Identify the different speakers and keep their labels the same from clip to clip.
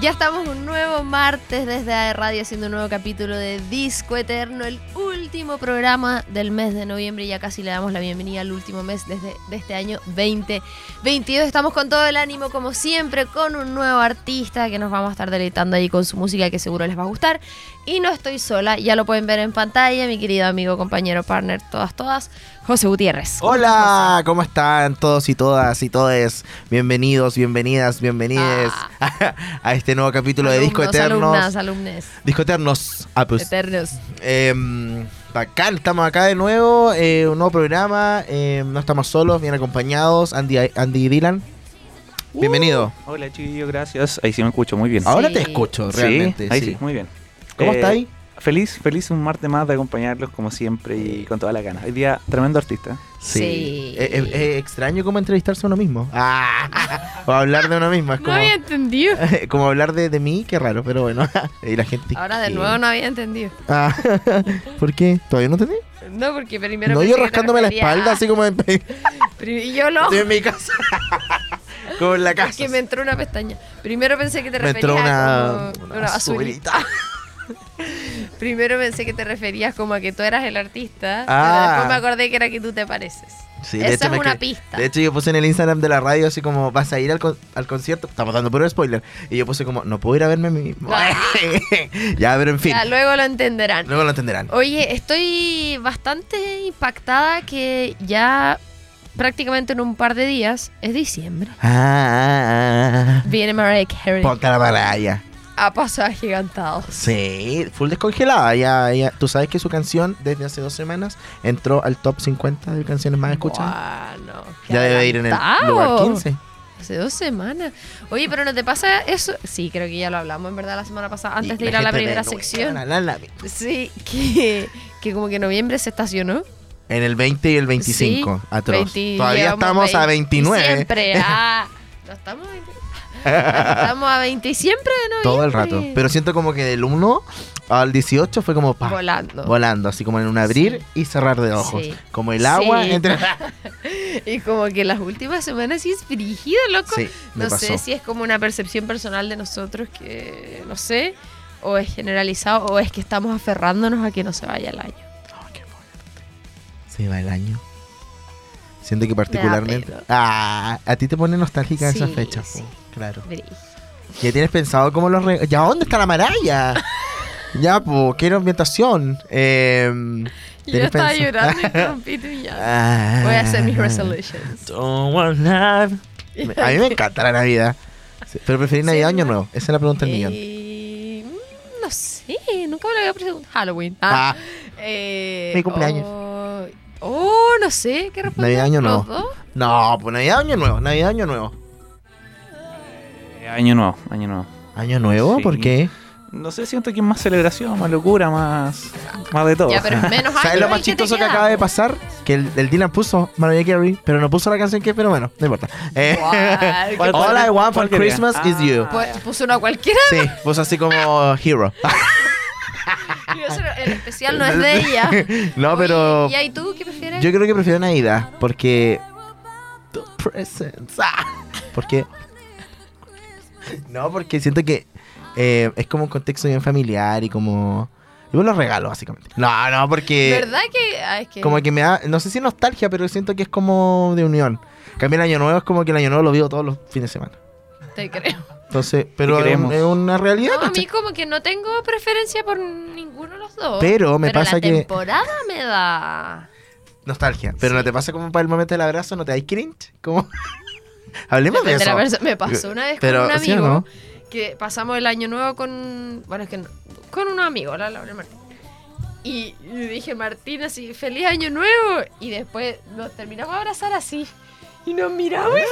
Speaker 1: Ya estamos un nuevo martes desde AE Radio haciendo un nuevo capítulo de Disco Eterno, el último programa del mes de noviembre. Ya casi le damos la bienvenida al último mes desde, de este año 2022. Estamos con todo el ánimo, como siempre, con un nuevo artista que nos vamos a estar deleitando ahí con su música que seguro les va a gustar. Y no estoy sola, ya lo pueden ver en pantalla, mi querido amigo, compañero, partner, todas, todas, José Gutiérrez.
Speaker 2: Hola, ¿cómo están todos y todas y todes? Bienvenidos, bienvenidas, bienvenides a, a este nuevo capítulo de Disco
Speaker 1: Ah. Alumnos,
Speaker 2: Eternos.
Speaker 1: Alumnas, alumnes,
Speaker 2: Disco Eternos. Ah, pues.
Speaker 1: eternos.
Speaker 2: em, bacán, estamos acá de nuevo, eh, un nuevo programa, em, no estamos solos, bien acompañados, Andy, Andy y Dylan.
Speaker 1: Uh.
Speaker 2: Bienvenido.
Speaker 3: Hola chiquillo, gracias. Ahí sí me escucho muy bien.
Speaker 1: Ah,
Speaker 2: Ahora
Speaker 1: Sí.
Speaker 2: te escucho, realmente.
Speaker 3: sí, ahí
Speaker 2: sí.
Speaker 3: sí, muy bien.
Speaker 2: ¿Cómo
Speaker 3: Eh,
Speaker 2: está ahí?
Speaker 3: Feliz, feliz un martes más de acompañarlos como siempre y con toda la gana. Hoy día, tremendo artista.
Speaker 1: sí.
Speaker 2: Es Eh, extraño como entrevistarse a uno mismo. Ah, o hablar de uno mismo. Es
Speaker 1: No
Speaker 2: como,
Speaker 1: había entendido.
Speaker 2: como hablar de, de mí, qué raro, pero bueno. y la gente.
Speaker 1: Ahora de
Speaker 2: ¿qué?
Speaker 1: nuevo no había entendido.
Speaker 2: Ah, ¿Por qué? ¿Todavía no entendí?
Speaker 1: No, porque primero.
Speaker 2: no,
Speaker 1: pensé
Speaker 2: yo
Speaker 1: que te
Speaker 2: rascándome la
Speaker 1: refería
Speaker 2: espalda,
Speaker 1: a-
Speaker 2: así como en,
Speaker 1: Pri- Y yo no.
Speaker 2: estoy en mi casa. como en la casa.
Speaker 1: Que me entró una pestaña. Primero pensé que te
Speaker 2: Me
Speaker 1: referías
Speaker 2: entró una,
Speaker 1: como-
Speaker 2: una
Speaker 1: una basurita.
Speaker 2: basurita.
Speaker 1: Primero pensé que te referías como a que tú eras el artista.
Speaker 2: Ah.
Speaker 1: Pero después me acordé que era que tú te pareces.
Speaker 2: Sí,
Speaker 1: Esa es
Speaker 2: me
Speaker 1: una
Speaker 2: escri-
Speaker 1: pista.
Speaker 2: De hecho, yo puse en el Instagram de la radio así como, vas a ir al, con- al concierto. Estamos dando puro spoiler. Y yo puse como, no puedo ir a verme a mí mismo.
Speaker 1: No.
Speaker 2: ya, pero en fin.
Speaker 1: Ya, luego lo entenderán.
Speaker 2: Luego lo entenderán.
Speaker 1: Oye, estoy bastante impactada que ya prácticamente en un par de días es diciembre.
Speaker 2: Ah, ah, ah.
Speaker 1: Viene Mariah Carey
Speaker 2: Ponte la baralla.
Speaker 1: a pasos agigantados.
Speaker 2: Sí, full descongelada. Ya, ya. Tú sabes que su canción, desde hace dos semanas, entró al top 50 de canciones más escuchadas.
Speaker 1: Bueno, qué
Speaker 2: Ya debe ir en el lugar
Speaker 1: adelantado.
Speaker 2: 15.
Speaker 1: Hace dos semanas. Oye, pero ¿no te pasa eso? Sí, creo que ya lo hablamos en verdad la semana pasada, antes de ir a la primera sección. Sí, que, que como que noviembre se estacionó.
Speaker 2: En el 20 y el 25.
Speaker 1: Sí,
Speaker 2: atroz.
Speaker 1: 20,
Speaker 2: Todavía
Speaker 1: llevamos
Speaker 2: estamos a
Speaker 1: 20,
Speaker 2: 29.
Speaker 1: Siempre, ah. No estamos a 20. Estamos a 20 y siempre de noviembre.
Speaker 2: Todo el rato. Pero siento como que del 1 al 18 fue como pa,
Speaker 1: Volando.
Speaker 2: volando, así como en un abrir y cerrar de ojos.
Speaker 1: Sí.
Speaker 2: Como el agua
Speaker 1: Sí.
Speaker 2: entre.
Speaker 1: Y como que las últimas semanas sí es brígido, loco.
Speaker 2: Sí, me
Speaker 1: no sé
Speaker 2: pasó.
Speaker 1: si es como una percepción personal de nosotros que no sé, o es generalizado, o es que estamos aferrándonos a que no se vaya el año.
Speaker 2: Se va el año. Siento que particularmente.
Speaker 1: pena.
Speaker 2: Ah, a ti te pone nostálgica esa
Speaker 1: Sí,
Speaker 2: fecha.
Speaker 1: sí.
Speaker 2: po, Claro.
Speaker 1: Brígido.
Speaker 2: Ya tienes pensado cómo los re- ¿Ya dónde está la maraya? ya, pues, quiero ambientación. Em,
Speaker 1: Yo
Speaker 2: ¿tienes
Speaker 1: estaba
Speaker 2: pensado?
Speaker 1: llorando y rompí tu llanto.
Speaker 2: Ah.
Speaker 1: Voy a hacer mis resolutions.
Speaker 2: Don't want life. Me- A mí me encanta la Navidad. Sí, Pero preferís Navidad o
Speaker 1: Sí,
Speaker 2: Año
Speaker 1: ¿no?
Speaker 2: Nuevo. Esa es la pregunta del millón.
Speaker 1: Eh, mm, no sé, nunca me lo había preguntado. Halloween. Ah,
Speaker 2: Ah,
Speaker 1: eh,
Speaker 2: mi cumpleaños.
Speaker 1: Oh, oh, no sé, ¿qué responde?
Speaker 2: Navidad, Año
Speaker 1: ¿Los
Speaker 2: Nuevo.
Speaker 1: dos?
Speaker 2: no, pues Navidad o Año Nuevo. Navidad Año Nuevo.
Speaker 3: Eh, año nuevo, año nuevo.
Speaker 2: ¿Año Nuevo?
Speaker 3: Sí.
Speaker 2: ¿Por qué?
Speaker 3: No sé, siento que es más celebración, más locura, más, más de todo.
Speaker 1: Ya, pero es menos años.
Speaker 2: ¿Sabes lo
Speaker 1: ¿y
Speaker 2: más
Speaker 1: qué te
Speaker 2: chistoso que
Speaker 1: queda?
Speaker 2: acaba de pasar? Que el, el Dylan puso Mariah Carey, pero no puso la canción que, pero bueno, no importa. Eh,
Speaker 1: Guau, qué
Speaker 3: ¿Cuál-
Speaker 2: All I want for
Speaker 3: cuál quería?
Speaker 2: Christmas is
Speaker 3: Ah.
Speaker 2: you.
Speaker 1: Pu- Puso una cualquiera.
Speaker 2: Sí, puso así como Hero.
Speaker 1: y eso no- El especial no es de ella.
Speaker 2: no, pero
Speaker 1: Oye, ¿Y ahí tú qué prefieres?
Speaker 2: yo creo que prefiero Navidad porque. The presents. Ah, porque. No, porque siento que eh, es como un contexto bien familiar y como. Y bueno, los regalos, básicamente. No, no, porque.
Speaker 1: ¿Verdad que.? Ah, es que.
Speaker 2: Como que me da, no sé si nostalgia, pero siento que es como de unión. Cambio el año nuevo es como que el año nuevo lo vivo todos los fines de semana.
Speaker 1: Te creo.
Speaker 2: Entonces, pero es,
Speaker 3: queremos.
Speaker 2: es una realidad.
Speaker 1: No, a
Speaker 2: ¿cachai?
Speaker 1: mí como que no tengo preferencia por ninguno de los dos.
Speaker 2: pero me
Speaker 1: Pero
Speaker 2: pasa
Speaker 1: la
Speaker 2: que.
Speaker 1: temporada me da.
Speaker 2: Nostalgia. Pero
Speaker 1: Sí.
Speaker 2: no te pasa como para el momento del abrazo, no te dais cringe. Como. Hablemos de
Speaker 1: Depende de la
Speaker 2: eso.
Speaker 1: perso- me pasó una vez
Speaker 2: Pero,
Speaker 1: con un
Speaker 2: ¿sí o
Speaker 1: amigo
Speaker 2: no?
Speaker 1: que pasamos el año nuevo con. Bueno, es que no, con un amigo, la Laura Martín. Y le dije, Martín, así, feliz año nuevo. Y después nos terminamos de abrazar así. Y nos miramos y fue como,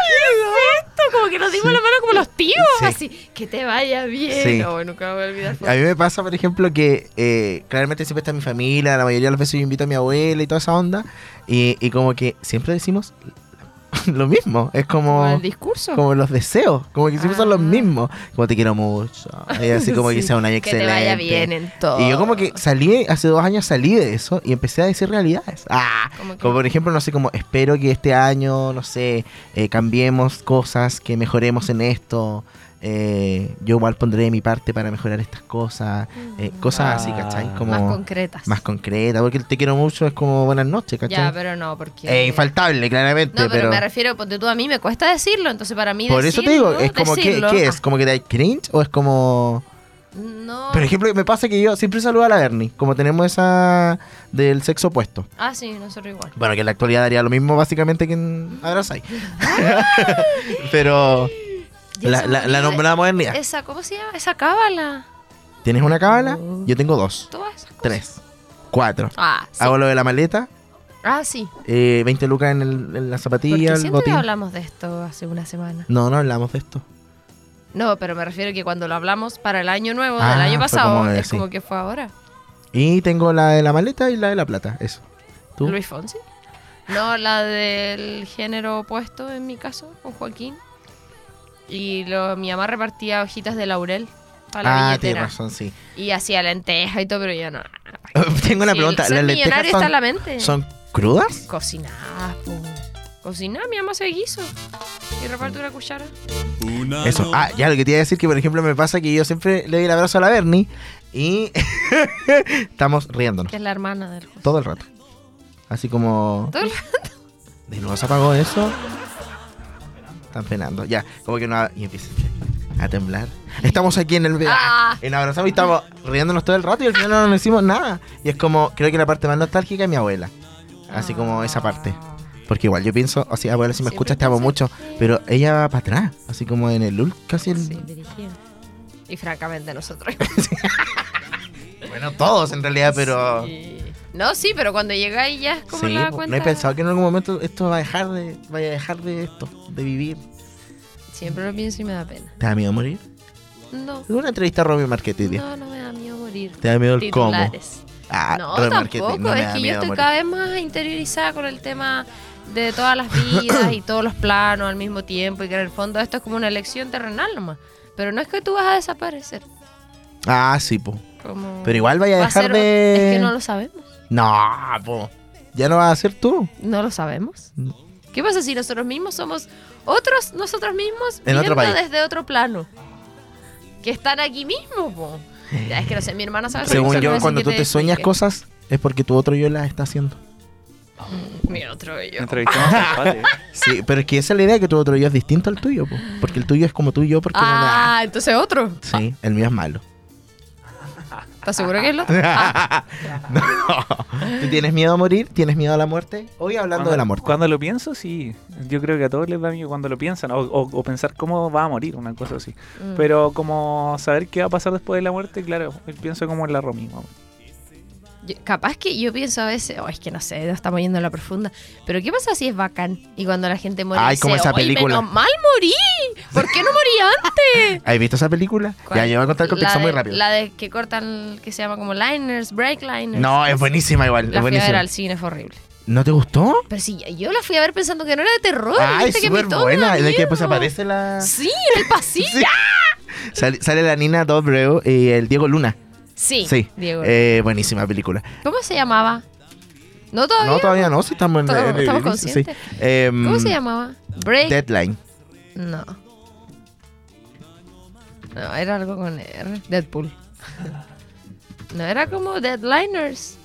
Speaker 1: "Ay, ¿qué es esto? Como que nos dimos
Speaker 2: Sí.
Speaker 1: la mano como los tíos.
Speaker 2: Sí.
Speaker 1: Así, que te vaya bien.
Speaker 2: Sí.
Speaker 1: No, nunca me voy a olvidar.
Speaker 2: A mí me pasa, por ejemplo, que eh, claramente siempre está mi familia, la mayoría de las veces yo invito a mi abuela y toda esa onda. Y, y como que siempre decimos lo mismo. Es
Speaker 1: Como
Speaker 2: como.
Speaker 1: el discurso.
Speaker 2: Como los deseos, como que siempre son los
Speaker 1: Ah.
Speaker 2: mismos. Como te quiero mucho. Y así como que
Speaker 1: Sí.
Speaker 2: sea un año
Speaker 1: que
Speaker 2: excelente.
Speaker 1: te vaya bien en todo.
Speaker 2: Y yo como
Speaker 1: Oh.
Speaker 2: que salí, hace dos años salí de eso y empecé a decir realidades. Ah,
Speaker 1: Como que-
Speaker 2: como por ejemplo, no sé, como espero que este año, no sé, eh, cambiemos cosas, que mejoremos en esto. eh, yo igual pondré de mi parte para mejorar estas cosas, eh, cosas así, ¿cachai?
Speaker 3: Ah.
Speaker 2: Como
Speaker 1: Mm. más concretas.
Speaker 2: más concreta, porque el te quiero mucho es como buenas noches, ¿cachai?
Speaker 1: ya, pero no, porque.
Speaker 2: Eh, infaltable, claramente,
Speaker 1: no, pero,
Speaker 2: pero,
Speaker 1: me refiero, ponte tú a mí, me cuesta decirlo, entonces para mí.
Speaker 2: por eso te digo,
Speaker 1: decirlo,
Speaker 2: es como que,
Speaker 1: decirlo-
Speaker 2: ¿qué es? ¿Como que te da cringe o es como...?
Speaker 1: No.
Speaker 2: Por ejemplo, me pasa que yo siempre saludo a la Bernie, como tenemos esa del sexo opuesto.
Speaker 1: Ah, sí, nosotros igual.
Speaker 2: Bueno, que en la actualidad daría lo mismo básicamente que en Abrazai. Pero
Speaker 1: Ya
Speaker 2: la,
Speaker 1: se me
Speaker 2: la, la
Speaker 1: olvidó.
Speaker 2: nombrada modernidad.
Speaker 1: Esa, ¿cómo se llama? Esa cábala.
Speaker 2: ¿Tienes una cábala?
Speaker 1: No.
Speaker 2: Yo tengo dos,
Speaker 1: Todas esas cosas.
Speaker 2: tres, cuatro.
Speaker 1: Ah, sí.
Speaker 2: Hago lo de la maleta,
Speaker 1: Ah, sí.
Speaker 2: eh, 20 lucas en, el- en la
Speaker 1: Porque
Speaker 2: zapatilla, el
Speaker 1: siento que
Speaker 2: botín.
Speaker 1: hablamos de esto hace una semana.
Speaker 2: No, no hablamos de esto.
Speaker 1: No, pero me refiero que cuando lo hablamos para el año nuevo del
Speaker 2: Ah,
Speaker 1: año
Speaker 2: fue
Speaker 1: pasado,
Speaker 2: como de-
Speaker 1: es
Speaker 2: sí.
Speaker 1: como que fue ahora.
Speaker 2: Y tengo la de la maleta y la de la plata, eso. ¿Tú?
Speaker 1: ¿Luis Fonsi? No, la del género opuesto en mi caso, con Joaquín. Y lo, mi mamá repartía hojitas de laurel para la
Speaker 2: ah, tienes
Speaker 1: billetera.
Speaker 2: razón, sí.
Speaker 1: Y hacía lenteja y todo, pero yo no.
Speaker 2: tengo una
Speaker 1: Sí,
Speaker 2: pregunta.
Speaker 1: ser
Speaker 2: ¿Las lentejas
Speaker 1: millonario está en la
Speaker 2: son,
Speaker 1: mente.
Speaker 2: son crudas?
Speaker 1: Cocinadas, po. Cocinaba, mi mamá se guiso. Y reparto una cuchara.
Speaker 2: Eso. Ah, ya lo que te iba a decir que, por ejemplo, me pasa que yo siempre le doy el abrazo a la Bernie y estamos riéndonos
Speaker 1: Que es la hermana del José.
Speaker 2: todo el rato. Así como...
Speaker 1: Todo el-
Speaker 2: De nuevo se apagó eso. Están penando. Ya, como que no... Y empieza a temblar. Estamos aquí en el...
Speaker 1: Ah.
Speaker 2: En abrazamos y estamos riéndonos todo el rato y al final no nos hicimos nada. Y es como, creo que la parte más nostálgica es mi abuela. Así
Speaker 1: Ah,
Speaker 2: como esa parte. Porque igual yo pienso, así, abuela, si me
Speaker 1: Siempre
Speaker 2: escuchas te amo
Speaker 1: pensé
Speaker 2: mucho,
Speaker 1: que-
Speaker 2: pero ella va para atrás, así como en el ul- casi el...
Speaker 1: Sí, dirigido. Y francamente nosotros.
Speaker 2: Bueno, todos en realidad, pero...
Speaker 1: Sí. No, sí, pero cuando llegáis ya es como
Speaker 2: Sí,
Speaker 1: la
Speaker 2: po,
Speaker 1: cuenta.
Speaker 2: no he pensado que en algún momento esto va a dejar de, vaya a dejar de esto, de vivir.
Speaker 1: Siempre lo pienso y me da pena.
Speaker 2: ¿Te da miedo morir?
Speaker 1: No.
Speaker 2: En una entrevista a Romy Marchetti, tía.
Speaker 1: No, no me da miedo morir.
Speaker 2: ¿Te da miedo el cómo?
Speaker 1: Titulares.
Speaker 2: Ah,
Speaker 1: No,
Speaker 2: Romy Marchetti,
Speaker 1: tampoco.
Speaker 2: no me
Speaker 1: es
Speaker 2: da
Speaker 1: que yo
Speaker 2: miedo
Speaker 1: estoy
Speaker 2: morir.
Speaker 1: cada vez más interiorizada con el tema de todas las vidas y todos los planos al mismo tiempo. Y que en el fondo esto es como una elección terrenal nomás. Pero no es que tú vas a desaparecer.
Speaker 2: Ah, sí, po.
Speaker 1: Como...
Speaker 2: Pero igual vaya a
Speaker 1: Va a
Speaker 2: dejar
Speaker 1: ser-
Speaker 2: de...
Speaker 1: Es que no lo sabemos.
Speaker 2: No, po. Ya no vas a ser tú.
Speaker 1: No lo sabemos.
Speaker 2: Mm.
Speaker 1: ¿Qué pasa si nosotros mismos somos otros, nosotros mismos,
Speaker 2: En otro
Speaker 1: viviendo
Speaker 2: país.
Speaker 1: desde otro plano? Que están aquí mismo, po. Ya, es que no sé, mi hermana sabe
Speaker 2: Según
Speaker 1: mucho,
Speaker 2: yo,
Speaker 1: así
Speaker 2: cuando
Speaker 1: que
Speaker 2: tú te sueñas
Speaker 1: explique.
Speaker 2: cosas, es porque tu otro yo las está haciendo.
Speaker 1: Mi otro yo.
Speaker 3: Entrevistamos a Zapate.
Speaker 2: Sí, pero es que esa es la idea, que tu otro yo es distinto al tuyo, po. Porque el tuyo es como tú y yo, porque... no
Speaker 1: Ah, entonces otro.
Speaker 2: da- Sí, el mío es malo.
Speaker 1: ¿Estás seguro que es el otro? Ah,
Speaker 2: No. ¿Tú tienes miedo a morir? ¿Tienes miedo a la muerte? Hoy hablando
Speaker 3: Cuando-
Speaker 2: de la muerte.
Speaker 3: Cuando lo pienso, sí. Yo creo que a todos les da miedo cuando lo piensan. O, o- o pensar cómo va a morir, una cosa así.
Speaker 1: mm.
Speaker 3: Pero como saber qué va a pasar después de la muerte, claro, yo pienso como en la Romy. mamá.
Speaker 1: Yo- capaz que yo pienso a veces, oh, es que no sé, no estamos yendo a la profunda. Pero ¿qué pasa si es bacán? Y cuando la gente muere,
Speaker 2: Ay,
Speaker 1: dice,
Speaker 2: como esa
Speaker 1: "Oye,
Speaker 2: película".
Speaker 1: menos mal morí. ¿Por qué no morí antes?
Speaker 2: ¿Has visto esa película?
Speaker 1: ¿Cuál?
Speaker 2: Ya, yo voy a contar el contexto
Speaker 1: La
Speaker 2: muy
Speaker 1: de-
Speaker 2: rápido.
Speaker 1: La de que cortan, que se llama como liners, break liners.
Speaker 2: No, es buenísima igual.
Speaker 1: La fui
Speaker 2: es
Speaker 1: a ver
Speaker 2: buenísima.
Speaker 1: al cine, fue horrible.
Speaker 2: ¿No te gustó?
Speaker 1: Pero sí, yo la fui a ver pensando que no era de terror.
Speaker 2: Ay,
Speaker 1: ¿viste que me
Speaker 2: súper
Speaker 1: toma
Speaker 2: buena. De que
Speaker 1: miedo?
Speaker 2: pues aparece la.
Speaker 1: Sí, en el pasillo.
Speaker 2: Sí. Sale, sale la Nina Dobreu y el Diego Luna.
Speaker 1: Sí,
Speaker 2: Sí.
Speaker 1: Diego.
Speaker 2: Eh, buenísima película.
Speaker 1: ¿Cómo se llamaba? No todavía.
Speaker 2: No, todavía no, si estamos en
Speaker 1: Estamos-
Speaker 2: en el
Speaker 1: estamos
Speaker 2: inicio,
Speaker 1: conscientes.
Speaker 2: sí. Em,
Speaker 1: ¿Cómo se llamaba? Break.
Speaker 2: Deadline.
Speaker 1: No. No, era algo con R. Deadpool. no, era como Deadliners.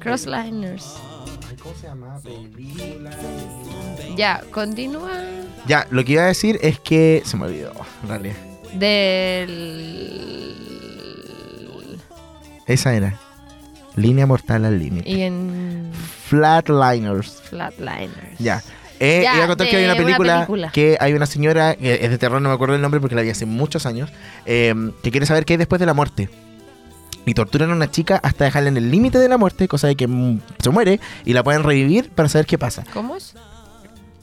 Speaker 1: Crossliners. Ya, continúa.
Speaker 2: Ya, lo que iba a decir es que. Se me olvidó, en realidad.
Speaker 1: Del.
Speaker 2: Esa era. Línea mortal al límite.
Speaker 1: Y en.
Speaker 2: Flatliners.
Speaker 1: Flatliners.
Speaker 2: Ya. Eh,
Speaker 1: Ya,
Speaker 2: iba a contar que
Speaker 1: de
Speaker 2: hay una
Speaker 1: una
Speaker 2: película,
Speaker 1: película.
Speaker 2: que hay una señora, que es de terror, no me acuerdo el nombre porque la vi hace muchos años, eh, que quiere saber qué hay después de la muerte. Y torturan a una chica hasta dejarla en el límite de la muerte, cosa de que mm, se muere, y la pueden revivir para saber qué pasa.
Speaker 1: ¿Cómo es?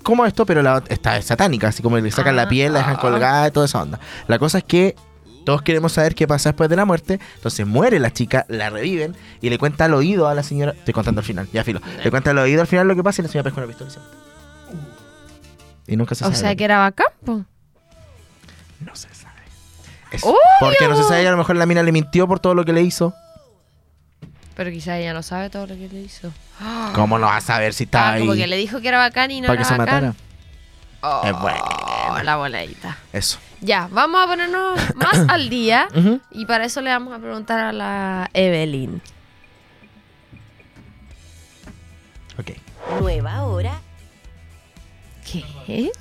Speaker 2: Como esto, pero la, está es satánica, así como le sacan
Speaker 1: Ah.
Speaker 2: la piel, la dejan colgada y toda esa onda. La cosa es que todos queremos saber qué pasa después de la muerte, entonces muere la chica, la reviven y le cuenta al oído a la señora. Estoy contando al final, ya filo. Le cuenta al oído al final lo que pasa y la señora pesca una pistola y se mata. Y nunca se
Speaker 1: O
Speaker 2: sabe.
Speaker 1: sea que era bacampo.
Speaker 2: No se sabe. Eso.
Speaker 1: ¡Obvio!
Speaker 2: Porque no se sabe, a lo mejor la mina le mintió por todo lo que le hizo.
Speaker 1: Pero quizá ella no sabe todo lo que le hizo.
Speaker 2: ¿Cómo no va a saber si está
Speaker 1: Ah,
Speaker 2: ahí?
Speaker 1: como que le dijo que era bacán y no
Speaker 2: para
Speaker 1: era
Speaker 2: que se
Speaker 1: bacán.
Speaker 2: matara.
Speaker 1: Oh,
Speaker 2: Es bueno.
Speaker 1: la voladita.
Speaker 2: Eso.
Speaker 1: Ya, vamos a ponernos más al día.
Speaker 2: Ujú.
Speaker 1: Y para eso le vamos a preguntar a la Evelyn.
Speaker 2: Ok.
Speaker 4: Nueva hora.
Speaker 1: ¿Qué?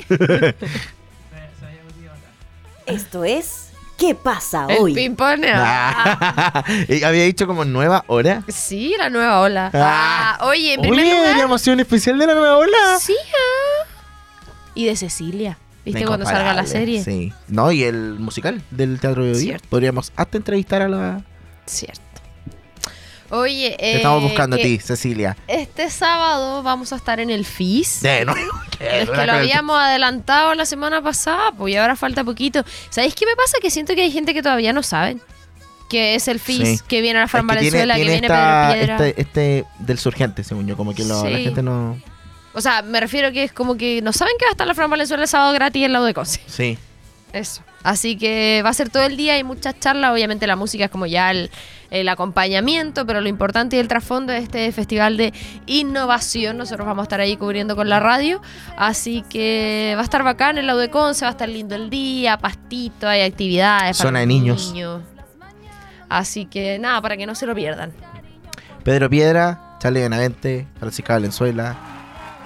Speaker 4: Esto es ¿Qué pasa
Speaker 1: El
Speaker 4: hoy?
Speaker 1: pimponeo.
Speaker 2: Ah.
Speaker 1: Ah.
Speaker 2: Y Había dicho como nueva hora.
Speaker 1: Sí, la nueva ola.
Speaker 2: Ah.
Speaker 1: Ah, oye, en
Speaker 2: Oye,
Speaker 1: primer lugar.
Speaker 2: deberíamos hacer un especial de la nueva ola.
Speaker 1: Sí, ah. Y de Cecilia. ¿Viste cuando salga la
Speaker 2: Incomparable,
Speaker 1: serie?
Speaker 2: Sí. No, y el musical del Teatro de Día.
Speaker 1: Cierto.
Speaker 2: Podríamos hasta entrevistar a la.
Speaker 1: Cierto. Oye,
Speaker 2: Te
Speaker 1: eh,
Speaker 2: estamos buscando a
Speaker 1: que
Speaker 2: ti, Cecilia.
Speaker 1: Este sábado vamos a estar en el FIS.
Speaker 2: De nuevo.
Speaker 1: Es que lo habíamos adelantado la semana pasada, pues y ahora falta poquito. ¿Sabéis qué me pasa? Que siento que hay gente que todavía no saben que es el FIS,
Speaker 2: Sí.
Speaker 1: que viene la Fran
Speaker 2: Es que
Speaker 1: Valenzuela, que
Speaker 2: tiene
Speaker 1: viene
Speaker 2: esta-
Speaker 1: Pedro Piedra.
Speaker 2: Este, este del surgente, según yo, como que lo- la
Speaker 1: Sí.
Speaker 2: gente no.
Speaker 1: O sea, me refiero que es como que no saben que va a estar la Fran Valenzuela el sábado gratis en la UDECOSE.
Speaker 2: Sí.
Speaker 1: Eso. Así que va a ser todo el día, hay muchas charlas, obviamente la música es como ya el, el acompañamiento, pero lo importante y el trasfondo es este festival de innovación, nosotros vamos a estar ahí cubriendo con la radio, así que va a estar bacán el Audecon, se va a estar lindo el día, pastito, hay actividades. para
Speaker 2: Zona de
Speaker 1: los
Speaker 2: niños.
Speaker 1: Así que nada, para que no se lo pierdan.
Speaker 2: Pedro Piedra, Charlie Benavente, Francisca Valenzuela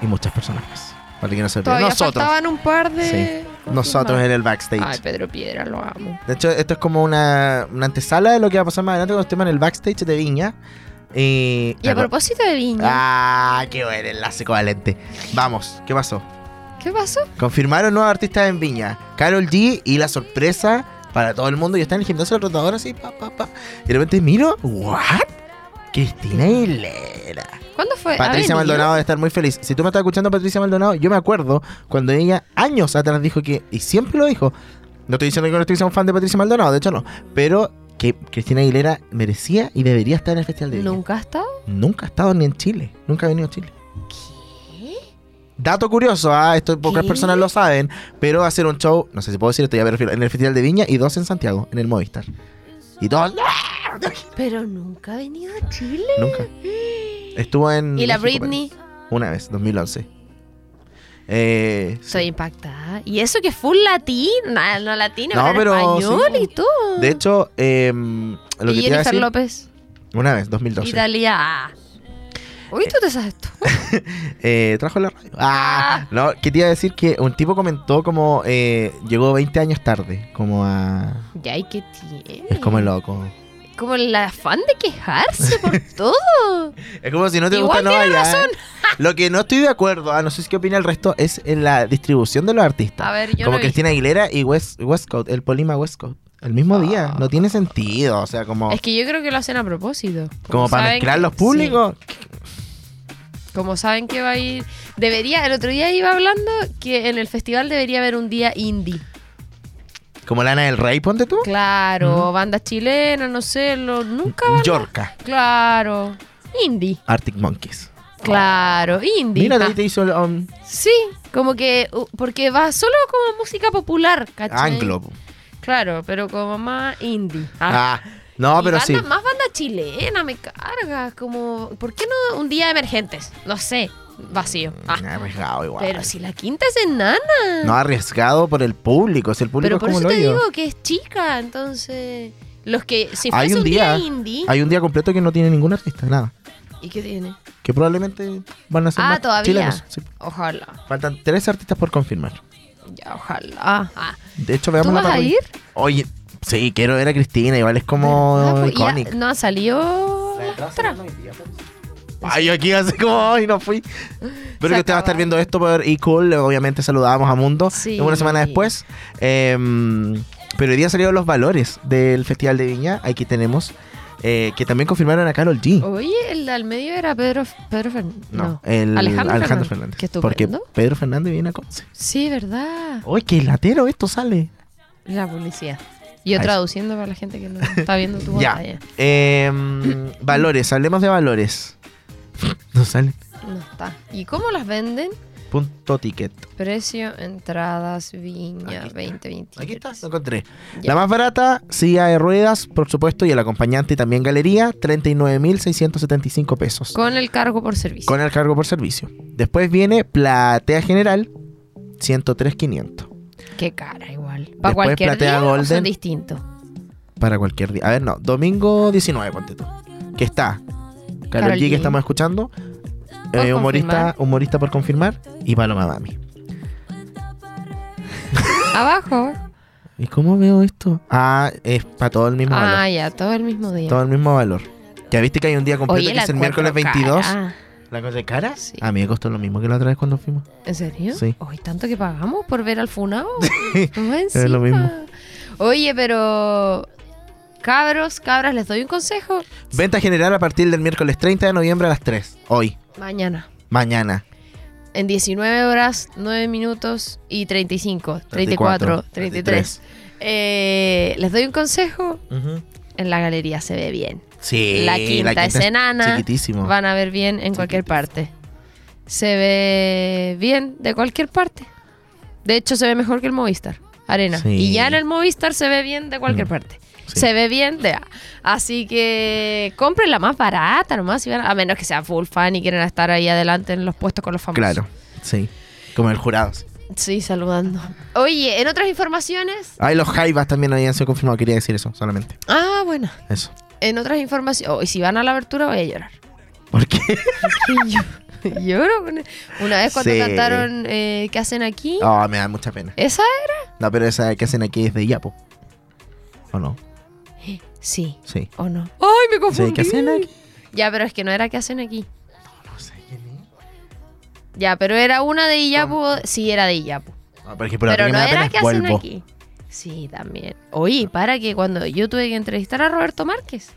Speaker 2: y muchas personas más. Para que no se pierdan.
Speaker 1: Todavía
Speaker 2: Nosotros.
Speaker 1: faltaban un par de...
Speaker 2: Sí. Nosotros en el backstage.
Speaker 1: Ay, Pedro Piedra, lo amo.
Speaker 2: De hecho, esto es como una, una antesala de lo que va a pasar más adelante con los temas en el backstage de Viña. Y,
Speaker 1: Y a propósito de Viña,
Speaker 2: Ah, qué buen enlace covalente. Vamos, ¿qué pasó?
Speaker 1: ¿qué pasó?
Speaker 2: Confirmaron nuevos artistas en Viña. Carol G y la sorpresa para todo el mundo. Yo estaba en el gimnasio del rotador así, pa, pa, pa. Y de repente miro, ¿what? Cristina Aguilera.
Speaker 1: ¿Cuándo fue? ¿Ha
Speaker 2: Patricia
Speaker 1: venido?
Speaker 2: Maldonado debe estar muy feliz. Si tú me estás escuchando, Patricia Maldonado, yo me acuerdo cuando ella años atrás dijo que, y siempre lo dijo, no estoy diciendo que no estoy siendo fan de Patricia Maldonado, de hecho no, pero que Cristina Aguilera merecía y debería estar en el Festival de Viña.
Speaker 1: ¿Nunca ha estado?
Speaker 2: Nunca ha estado ni en Chile, nunca ha venido a Chile.
Speaker 1: ¿Qué?
Speaker 2: Dato curioso, ah, esto pocas
Speaker 1: ¿Qué?
Speaker 2: personas lo saben, pero va a ser un show, no sé si puedo decir esto, ya me refiero, en el Festival de Viña y dos en Santiago, en el Movistar. Y dos, ¡no!
Speaker 1: Pero nunca ha venido a Chile.
Speaker 2: nunca. Estuvo en...
Speaker 1: Y la
Speaker 2: Mm, México,
Speaker 1: Britney,
Speaker 2: parece. Una vez, 2011. Eh, sí.
Speaker 1: soy impactada. Y eso que full latina, no latina,
Speaker 2: No,
Speaker 1: pero en
Speaker 2: pero sí,
Speaker 1: español y todo.
Speaker 2: De hecho, em, lo
Speaker 1: y
Speaker 2: que te iba
Speaker 1: Jennifer
Speaker 2: a decir,
Speaker 1: López,
Speaker 2: una vez, 2012,
Speaker 1: Italia. Uy, tú te sabes tú.
Speaker 2: eh, trajo la radio. Ah,
Speaker 1: Ah.
Speaker 2: no, que te iba a decir que un tipo comentó como eh, llegó 20 años tarde, como a...
Speaker 1: Ya, ¿y qué tiene?
Speaker 2: Es como loco.
Speaker 1: Como el afán de quejarse por todo.
Speaker 2: Es como si no te
Speaker 1: Igual
Speaker 2: gusta, no vayas. Lo que no estoy de acuerdo, ah, no sé si qué opina el resto, es en la distribución de los artistas.
Speaker 1: A ver, yo no
Speaker 2: como
Speaker 1: he
Speaker 2: Cristina Aguilera y West, Westcott, el Polima Westcott. El mismo día, no tiene sentido, o sea, como,
Speaker 1: visto. Ah. Es que yo creo que lo hacen a propósito.
Speaker 2: como para
Speaker 1: saben
Speaker 2: mezclar
Speaker 1: que-
Speaker 2: los públicos.
Speaker 1: Como saben que va a ir. Debería, el otro día iba hablando que en el festival debería haber un día indie.
Speaker 2: Como Lana del Rey, ponte tú.
Speaker 1: Claro, bandas chilenas, no sé, lo, nunca van.
Speaker 2: Yorka,
Speaker 1: Claro. Indie.
Speaker 2: Arctic Monkeys.
Speaker 1: Claro, indie.
Speaker 2: Mira,
Speaker 1: Ah,
Speaker 2: ahí te hizo el, um,
Speaker 1: Sí, como que. uh, Porque va solo como música popular, ¿cachai?
Speaker 2: Anglo.
Speaker 1: Claro, pero como más indie. Ah.
Speaker 2: Ah, no,
Speaker 1: Y
Speaker 2: pero
Speaker 1: banda-
Speaker 2: sí.
Speaker 1: Más banda chilena, me cargas. Como. ¿Por qué no un día de emergentes? No sé, vacío.
Speaker 2: Mm,
Speaker 1: Ah,
Speaker 2: Arriesgado igual.
Speaker 1: Pero si la quinta es enana.
Speaker 2: pues, No arriesgado por el público, si el
Speaker 1: Pero
Speaker 2: público es
Speaker 1: por
Speaker 2: como
Speaker 1: eso
Speaker 2: lo
Speaker 1: te
Speaker 2: digo.
Speaker 1: digo que es chica, entonces. Los que. Si
Speaker 2: Hay
Speaker 1: fuese
Speaker 2: un
Speaker 1: un día,
Speaker 2: día-
Speaker 1: indie.
Speaker 2: Hay un día completo que no tiene ningún artista, nada.
Speaker 1: ¿Y qué tiene?
Speaker 2: Que probablemente van a ser
Speaker 1: Ah,
Speaker 2: más
Speaker 1: todavía.
Speaker 2: chilenos. sí.
Speaker 1: Ojalá.
Speaker 2: Faltan tres artistas por confirmar.
Speaker 1: Ya, ojalá. Ah, ah.
Speaker 2: De hecho,
Speaker 1: ¿Tú
Speaker 2: veamos la
Speaker 1: vas a
Speaker 2: parrilla.
Speaker 1: ir?
Speaker 2: Oye, sí, quiero ver a Cristina, igual es
Speaker 1: Ah,
Speaker 2: como
Speaker 1: pues, ya
Speaker 2: icónica.
Speaker 1: no salió.
Speaker 2: Ay, yo aquí así como, ay, no fui. Pero que usted va a estar
Speaker 1: acabó.
Speaker 2: viendo esto por eCool. Obviamente saludábamos a Mundo
Speaker 1: Sí.
Speaker 2: una semana después. Em, pero hoy día salieron los valores del Festival de Viña. Aquí tenemos eh, que también confirmaron a Carol G.
Speaker 1: Oye, el al medio era Pedro, Pedro Fernández.
Speaker 2: No,
Speaker 1: Oh,
Speaker 2: eh.
Speaker 1: No.
Speaker 2: el
Speaker 1: Alejandro
Speaker 2: Alejandro,
Speaker 1: Fernández.
Speaker 2: Fernández.
Speaker 1: Qué
Speaker 2: porque
Speaker 1: estupendo.
Speaker 2: Pedro Fernández viene a Conce.
Speaker 1: Sí, verdad.
Speaker 2: Uy, qué latero esto sale.
Speaker 1: La publicidad. Yo
Speaker 2: Ahí.
Speaker 1: traduciendo para la gente que no está viendo tu
Speaker 2: Ya.
Speaker 1: pantalla.
Speaker 2: Em, valores, hablemos de valores. No sale.
Speaker 1: No está. ¿Y cómo las venden?
Speaker 2: Punto ticket.
Speaker 1: Precio, entradas, viña,
Speaker 2: Aquí está.
Speaker 1: 20, 20.
Speaker 2: Aquí está, lo encontré.
Speaker 1: Ya.
Speaker 2: La más barata, silla de ruedas, por supuesto, y el acompañante y también galería, 39.675 pesos.
Speaker 1: Con el cargo por servicio.
Speaker 2: Con el cargo por servicio. Después viene platea general, 103.500.
Speaker 1: Qué cara igual.
Speaker 2: Después
Speaker 1: Para cualquier
Speaker 2: Platea
Speaker 1: día o
Speaker 2: Golden.
Speaker 1: son distintos.
Speaker 2: Para cualquier día. A ver, no. Domingo 19, ponte tú. Que está Carol
Speaker 1: Karol
Speaker 2: G,
Speaker 1: G.
Speaker 2: que estamos escuchando.
Speaker 1: Por
Speaker 2: eh, humorista,
Speaker 1: confirmar.
Speaker 2: humorista por confirmar. Y Paloma Mami.
Speaker 1: Abajo.
Speaker 2: ¿Y cómo veo esto? Ah, es para todo el mismo
Speaker 1: Ah,
Speaker 2: valor.
Speaker 1: ya, todo el mismo día.
Speaker 2: Todo el mismo valor. Ya viste que hay un día completo
Speaker 1: Oye,
Speaker 2: que
Speaker 1: la
Speaker 2: es el miércoles 22.
Speaker 1: Ah,
Speaker 2: ¿La cosa de cara?
Speaker 1: Sí.
Speaker 2: A mí me costó lo mismo que la otra vez cuando fuimos.
Speaker 1: ¿En serio?
Speaker 2: Sí.
Speaker 1: Hoy tanto que pagamos por ver al Funao. es
Speaker 2: es lo mismo.
Speaker 1: Oye, pero. Cabros, cabras, les doy un consejo.
Speaker 2: Venta general a partir del miércoles 30 de noviembre a las 3. Hoy.
Speaker 1: Mañana.
Speaker 2: Mañana.
Speaker 1: En 19 horas, 9 minutos y 35, 34, 33. Eh, les doy un consejo.
Speaker 2: Ujú.
Speaker 1: En la galería se ve bien.
Speaker 2: Sí.
Speaker 1: la quinta, es enana.
Speaker 2: Chiquitísimo.
Speaker 1: Van a ver bien en cualquier parte. Se ve bien de cualquier parte. De hecho, se ve mejor que el Movistar Arena.
Speaker 2: Sí.
Speaker 1: Y ya en el Movistar se ve bien de cualquier
Speaker 2: Mm,
Speaker 1: parte.
Speaker 2: sí.
Speaker 1: Se ve bien de... Así que compren la más barata nomás. si van- a menos que sean full fan y quieran estar ahí adelante en los puestos con los famosos.
Speaker 2: Claro. Sí. Como el jurado.
Speaker 1: Sí, saludando. Oye, en otras informaciones...
Speaker 2: Ay, los Jaivas también habían sido confirmados. Quería decir eso solamente.
Speaker 1: Ah, bueno.
Speaker 2: Eso.
Speaker 1: En otras informaciones... y si van a la abertura voy a llorar.
Speaker 2: ¿Por qué?
Speaker 1: Yo- Lloro. con- e-, Una vez cuando
Speaker 2: Sí.
Speaker 1: cantaron eh, ¿Qué hacen aquí?
Speaker 2: Oh, me da mucha pena.
Speaker 1: ¿Esa
Speaker 2: No, pero esa que hacen aquí es de Yapo. ¿O no?
Speaker 1: Sí.
Speaker 2: Sí.
Speaker 1: ¿O no? ¡Ay, me
Speaker 2: Sí,
Speaker 1: confundí!
Speaker 2: ¿qué hacen aquí?
Speaker 1: Ya, pero es que no era que hacen aquí.
Speaker 2: No sé quién es.
Speaker 1: Ya, pero era una de Iyapu. Sí, era de Iyapu.
Speaker 2: Ah, pero es que por la
Speaker 1: Pero
Speaker 2: que
Speaker 1: no
Speaker 2: me da pena
Speaker 1: era
Speaker 2: es
Speaker 1: que hacen
Speaker 2: Vuelvo.
Speaker 1: aquí. Sí, también. Oye, para que cuando yo tuve que entrevistar a Roberto Márquez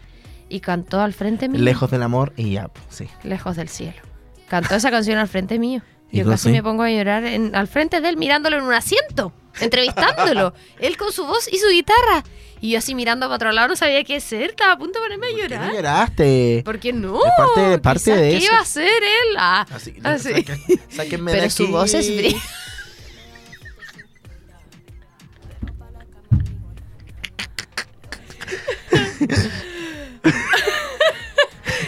Speaker 1: y cantó al frente mío.
Speaker 2: Lejos del amor y Yapo, sí.
Speaker 1: Lejos del cielo. Cantó esa canción al frente mío.
Speaker 2: ¿Y
Speaker 1: Yo
Speaker 2: tú
Speaker 1: casi
Speaker 2: sí?
Speaker 1: me pongo a llorar en- al frente de él mirándolo en un asiento, entrevistándolo. él con su voz y su guitarra. Y yo así mirando para otro lado no sabía qué hacer, estaba a punto de ponerme a
Speaker 2: ¿Por qué no
Speaker 1: llorar.
Speaker 2: lloraste?
Speaker 1: ¿Por qué no?
Speaker 2: Es parte de- parte
Speaker 1: Quizás
Speaker 2: de
Speaker 1: ¿Qué
Speaker 2: eso.
Speaker 1: iba a hacer él? Ah,
Speaker 2: Así,
Speaker 1: ah, sí.
Speaker 2: saque- sáquenme de
Speaker 1: Pero su
Speaker 2: aquí.
Speaker 1: voz es brillante.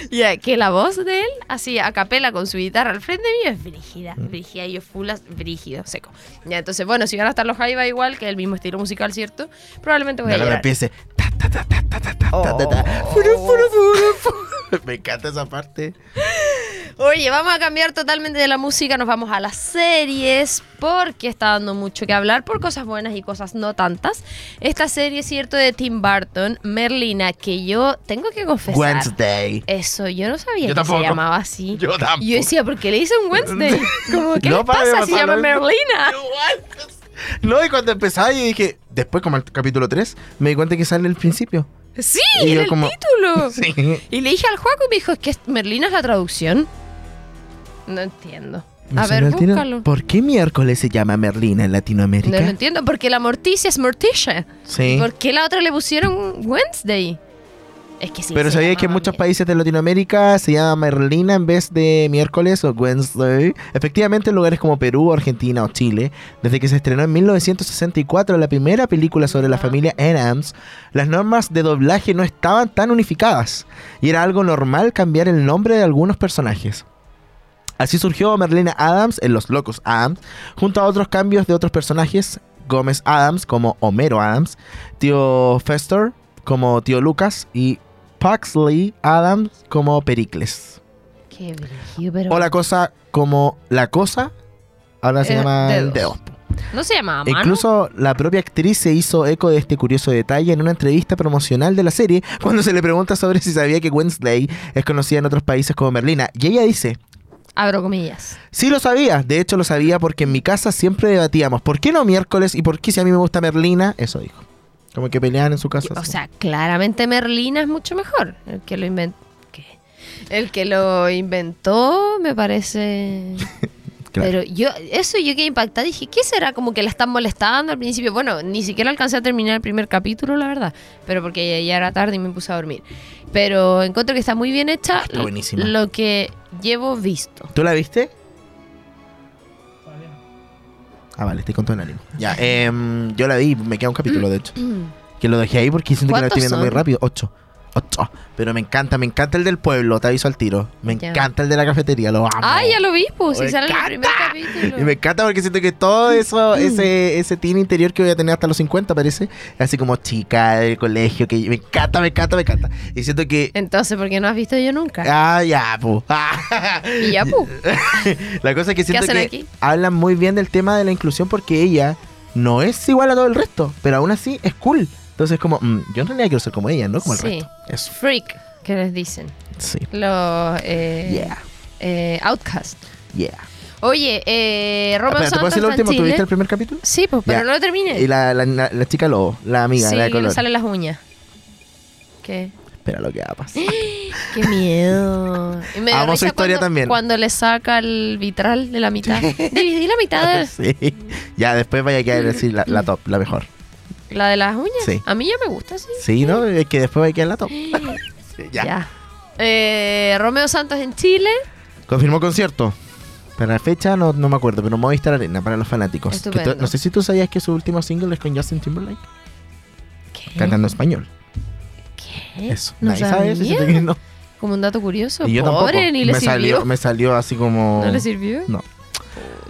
Speaker 1: Ya, que la voz de él, así a capela con su guitarra al frente mío, es brígida,
Speaker 2: Mm.
Speaker 1: brígida, y yo fulas, brígido, seco. Ya, entonces, bueno, si van a estar los Jaiba igual, que el mismo estilo musical, ¿cierto? Probablemente voy a
Speaker 2: Ahora me
Speaker 1: llorar.
Speaker 2: empiece. ta, ta, ta, ta, ta, ta, ta, ta, ta.
Speaker 1: Oh.
Speaker 2: Furu, furu, furu, furu. Me encanta esa parte.
Speaker 1: Oye, vamos a cambiar totalmente de la música, nos vamos a las series, porque está dando mucho que hablar por cosas buenas y cosas no tantas. Esta serie, cierto, de Tim Burton, Merlina, que yo tengo que confesar.
Speaker 2: Wednesday.
Speaker 1: Eso, yo no sabía
Speaker 2: Yo
Speaker 1: que
Speaker 2: tampoco.
Speaker 1: se llamaba así.
Speaker 2: Yo tampoco.
Speaker 1: Yo decía, ¿por qué le dicen Wednesday? Como, ¿qué
Speaker 2: No,
Speaker 1: le
Speaker 2: para, me
Speaker 1: pasa?
Speaker 2: pasó
Speaker 1: Se llama
Speaker 2: lo mismo.
Speaker 1: Merlina.
Speaker 2: No, y cuando empezaba yo dije, después como el capítulo 3, me di cuenta que sale el principio.
Speaker 1: Sí,
Speaker 2: Y
Speaker 1: en
Speaker 2: yo
Speaker 1: el
Speaker 2: como-
Speaker 1: título.
Speaker 2: Sí.
Speaker 1: Y le dije al Juaco y me dijo, es que Merlina es la traducción. No entiendo.
Speaker 2: Me
Speaker 1: A ver,
Speaker 2: salió al tiro.
Speaker 1: búscalo.
Speaker 2: ¿Por qué miércoles se llama Merlina en
Speaker 1: No
Speaker 2: Latinoamérica?
Speaker 1: lo entiendo, porque la morticia es morticia.
Speaker 2: sí.
Speaker 1: ¿Por qué la otra le pusieron Wednesday? Es que sí.
Speaker 2: Pero
Speaker 1: se
Speaker 2: sabía que en
Speaker 1: llamaba
Speaker 2: muchos
Speaker 1: bien.
Speaker 2: países de Latinoamérica se llama Merlina en vez de miércoles o Wednesday. Efectivamente, en lugares como Perú, Argentina o Chile, desde que se estrenó en 1964 la primera película sobre la
Speaker 1: Ya.
Speaker 2: familia Adams, las normas de doblaje no estaban tan unificadas y era algo normal cambiar el nombre de algunos personajes. Así surgió Merlina Adams en Los Locos Adams, junto a otros cambios de otros personajes, Gómez Adams como Homero Adams, Tío Fester como Tío Lucas y Paxley Adams como Pericles.
Speaker 1: Qué brillo, pero.
Speaker 2: O la cosa como la cosa, ahora se
Speaker 1: Eh,
Speaker 2: llama
Speaker 1: dedos.
Speaker 2: Dedos.
Speaker 1: No se llamaba mano.
Speaker 2: Incluso la propia actriz se hizo eco de este curioso detalle en una entrevista promocional de la serie cuando se le pregunta sobre si sabía que Wednesday es conocida en otros países como Merlina. Y ella dice,
Speaker 1: Abro comillas.
Speaker 2: Sí lo sabía, de hecho lo sabía porque en mi casa siempre debatíamos, ¿por qué no miércoles y por qué si a mí me gusta Merlina? Eso dijo. Como que peleaban en su casa.
Speaker 1: O
Speaker 2: así.
Speaker 1: sea, claramente Merlina es mucho mejor. El que lo inventó. El que lo inventó me parece.
Speaker 2: Claro.
Speaker 1: Pero yo, eso yo quedé impactada. Dije, ¿qué será? Como que la están molestando al principio. Bueno, ni siquiera alcancé a terminar el primer capítulo, la verdad. Pero porque ya, ya era tarde y me puse a dormir. Pero encuentro que está muy bien hecha.
Speaker 2: Está buenísima.
Speaker 1: Lo que llevo visto.
Speaker 2: ¿Tú la viste? Ah, vale, estoy con todo el ánimo. Ya, em, yo la vi, me queda un capítulo de hecho. Que lo dejé ahí porque siento que la estoy
Speaker 1: ¿Cuántos
Speaker 2: viendo muy
Speaker 1: son?
Speaker 2: rápido. Ocho. Ocho. Pero me encanta, me encanta el del pueblo, te aviso al tiro. Me
Speaker 1: Ya.
Speaker 2: encanta el de la cafetería, lo amo.
Speaker 1: Ah, ya lo vi, pues, si
Speaker 2: Me
Speaker 1: sale en el
Speaker 2: encanta.
Speaker 1: primer capítulo.
Speaker 2: Y me encanta porque siento que todo eso, ese, ese teen interior que voy a tener hasta los 50, parece, así como chica del colegio, que me encanta, me encanta, me encanta. Y siento que...
Speaker 1: Entonces, ¿por qué no has visto yo nunca?
Speaker 2: Ah, ya, pu. Ah.
Speaker 1: Y ya, pu.
Speaker 2: La cosa es que siento
Speaker 1: hacen
Speaker 2: que
Speaker 1: aquí?
Speaker 2: hablan muy bien del tema de la inclusión porque ella no es igual a todo el resto, pero aún así es cool. Entonces como, mm, yo en realidad quiero ser como ella, no como el
Speaker 1: Sí.
Speaker 2: resto. Eso,
Speaker 1: Freak, que les dicen.
Speaker 2: sí.
Speaker 1: Los eh,
Speaker 2: Yeah,
Speaker 1: eh, Outcast.
Speaker 2: yeah.
Speaker 1: Oye, eh, Romeo
Speaker 2: Espera, ¿te
Speaker 1: Santos
Speaker 2: puedo decir lo
Speaker 1: está en
Speaker 2: último?
Speaker 1: Chile.
Speaker 2: ¿Tuviste el primer capítulo?
Speaker 1: Sí, pues, pero
Speaker 2: Ya.
Speaker 1: no lo termine.
Speaker 2: Y la, la, la- la chica lobo, la amiga,
Speaker 1: sí,
Speaker 2: la de
Speaker 1: le
Speaker 2: color.
Speaker 1: salen las uñas. ¿Qué?
Speaker 2: Espera lo que va a pasar.
Speaker 1: Qué miedo. Y me dio
Speaker 2: Amo su
Speaker 1: risa
Speaker 2: historia
Speaker 1: cuando,
Speaker 2: también.
Speaker 1: Cuando le saca el vitral de la mitad. Dividí la mitad de
Speaker 2: sí. Ya, después vaya a quedar decir la, la top, la mejor.
Speaker 1: la de las uñas.
Speaker 2: Sí.
Speaker 1: A mí ya me gusta, sí.
Speaker 2: Sí, ¿no? Es que después vaya a quedar la top. Sí, ya.
Speaker 1: Eh, Romeo Santos en Chile.
Speaker 2: Confirmó concierto. Para la fecha no, no me acuerdo, pero Movistar Arena para los fanáticos. Que to-
Speaker 1: Estupendo. ¿Eh?
Speaker 2: no sé si tú sabías que su último single es con Justin Timberlake,
Speaker 1: ¿Qué?
Speaker 2: cantando español.
Speaker 1: ¿Qué?
Speaker 2: Eso.
Speaker 1: ¿Eh? No
Speaker 2: Nadie sabe eso.
Speaker 1: sabía.
Speaker 2: siento que no.
Speaker 1: Como un dato curioso.
Speaker 2: Y yo
Speaker 1: Pobre,
Speaker 2: tampoco.
Speaker 1: ni le
Speaker 2: me,
Speaker 1: sirvió.
Speaker 2: salió, me salió así como.
Speaker 1: ¿No le sirvió?
Speaker 2: No.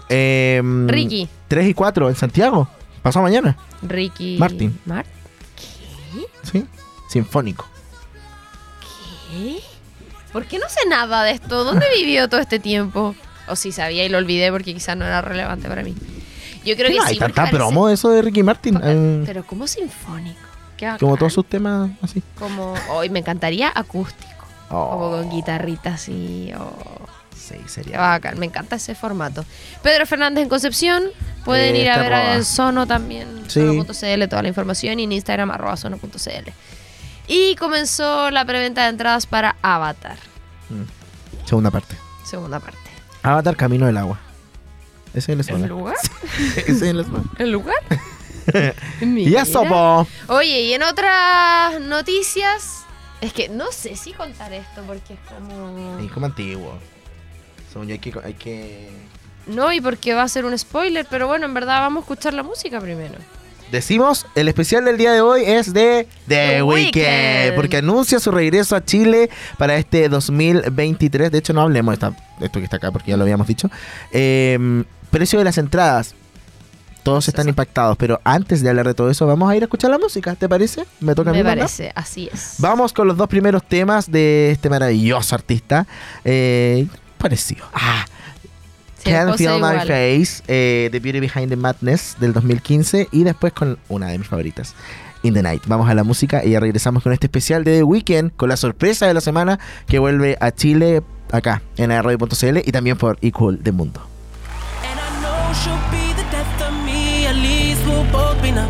Speaker 2: Em,
Speaker 1: Ricky.
Speaker 2: 3 y 4 en Santiago. Pasó mañana.
Speaker 1: Ricky.
Speaker 2: Martin.
Speaker 1: Mar-
Speaker 2: Sí. Sinfónico.
Speaker 1: ¿Qué? ¿Por qué no sé nada de esto? ¿Dónde vivió todo este tiempo? O si sabía y lo olvidé porque quizás no era relevante para mí. Yo creo que
Speaker 2: No, hay
Speaker 1: sí. porque
Speaker 2: tanta
Speaker 1: parece-
Speaker 2: promo de eso de Ricky Martin. eh,
Speaker 1: Pero como sinfónico. Qué
Speaker 2: como
Speaker 1: bacán.
Speaker 2: todos sus temas así.
Speaker 1: Como hoy me encantaría acústico. Como
Speaker 2: Oh,
Speaker 1: con oh. guitarrita así. o-
Speaker 2: sí,
Speaker 1: Qué
Speaker 2: sería.
Speaker 1: bacán, me encanta ese formato. Pedro Fernández en Concepción. Pueden
Speaker 2: Eh,
Speaker 1: ir a
Speaker 2: está
Speaker 1: ver
Speaker 2: arroba.
Speaker 1: a Sono también.
Speaker 2: Sí.
Speaker 1: Sono.cl, toda la información. Y en Instagram, arroba sono.cl. Y comenzó la preventa de entradas para Avatar,
Speaker 2: Segunda parte.
Speaker 1: segunda parte.
Speaker 2: Avatar Camino del Agua. Ese es el
Speaker 1: ¿El
Speaker 2: eslogan.
Speaker 1: lugar?
Speaker 2: Ese es el eslogan.
Speaker 1: ¿El lugar?
Speaker 2: Y eso,
Speaker 1: Mira.
Speaker 2: po.
Speaker 1: Oye, y en otras noticias. Es que no sé si contar esto porque es como.
Speaker 2: Es como antiguo. Según yo, hay que. Hay que...
Speaker 1: No, y porque va a ser un spoiler, pero bueno, en verdad vamos a escuchar la música primero.
Speaker 2: Decimos, el especial del día de hoy es de The,
Speaker 1: The
Speaker 2: Weeknd,
Speaker 1: Weeknd.
Speaker 2: porque anuncia su regreso a Chile para este 2023. De hecho, no hablemos de esta- de esto que está acá, porque ya lo habíamos dicho. Eh, precio de las entradas. Todos están impactados, pero antes de hablar de todo eso, vamos a ir a escuchar la música. ¿Te parece? Me toca a mí.
Speaker 1: Me
Speaker 2: mandar?
Speaker 1: parece, así es.
Speaker 2: Vamos con los dos primeros temas de este maravilloso artista. Eh, parecido. Ah,
Speaker 1: Si el
Speaker 2: Can
Speaker 1: pose
Speaker 2: Feel My
Speaker 1: igual.
Speaker 2: Face, eh, The Beauty Behind the Madness del 2015 y después con una de mis favoritas, In the Night. Vamos a la música y ya regresamos con este especial de The Weeknd con la sorpresa de la semana que vuelve a Chile acá en radio.cl y también por Equal del Mundo.
Speaker 5: And I know she'll be the death of me, at least we'll both be numb.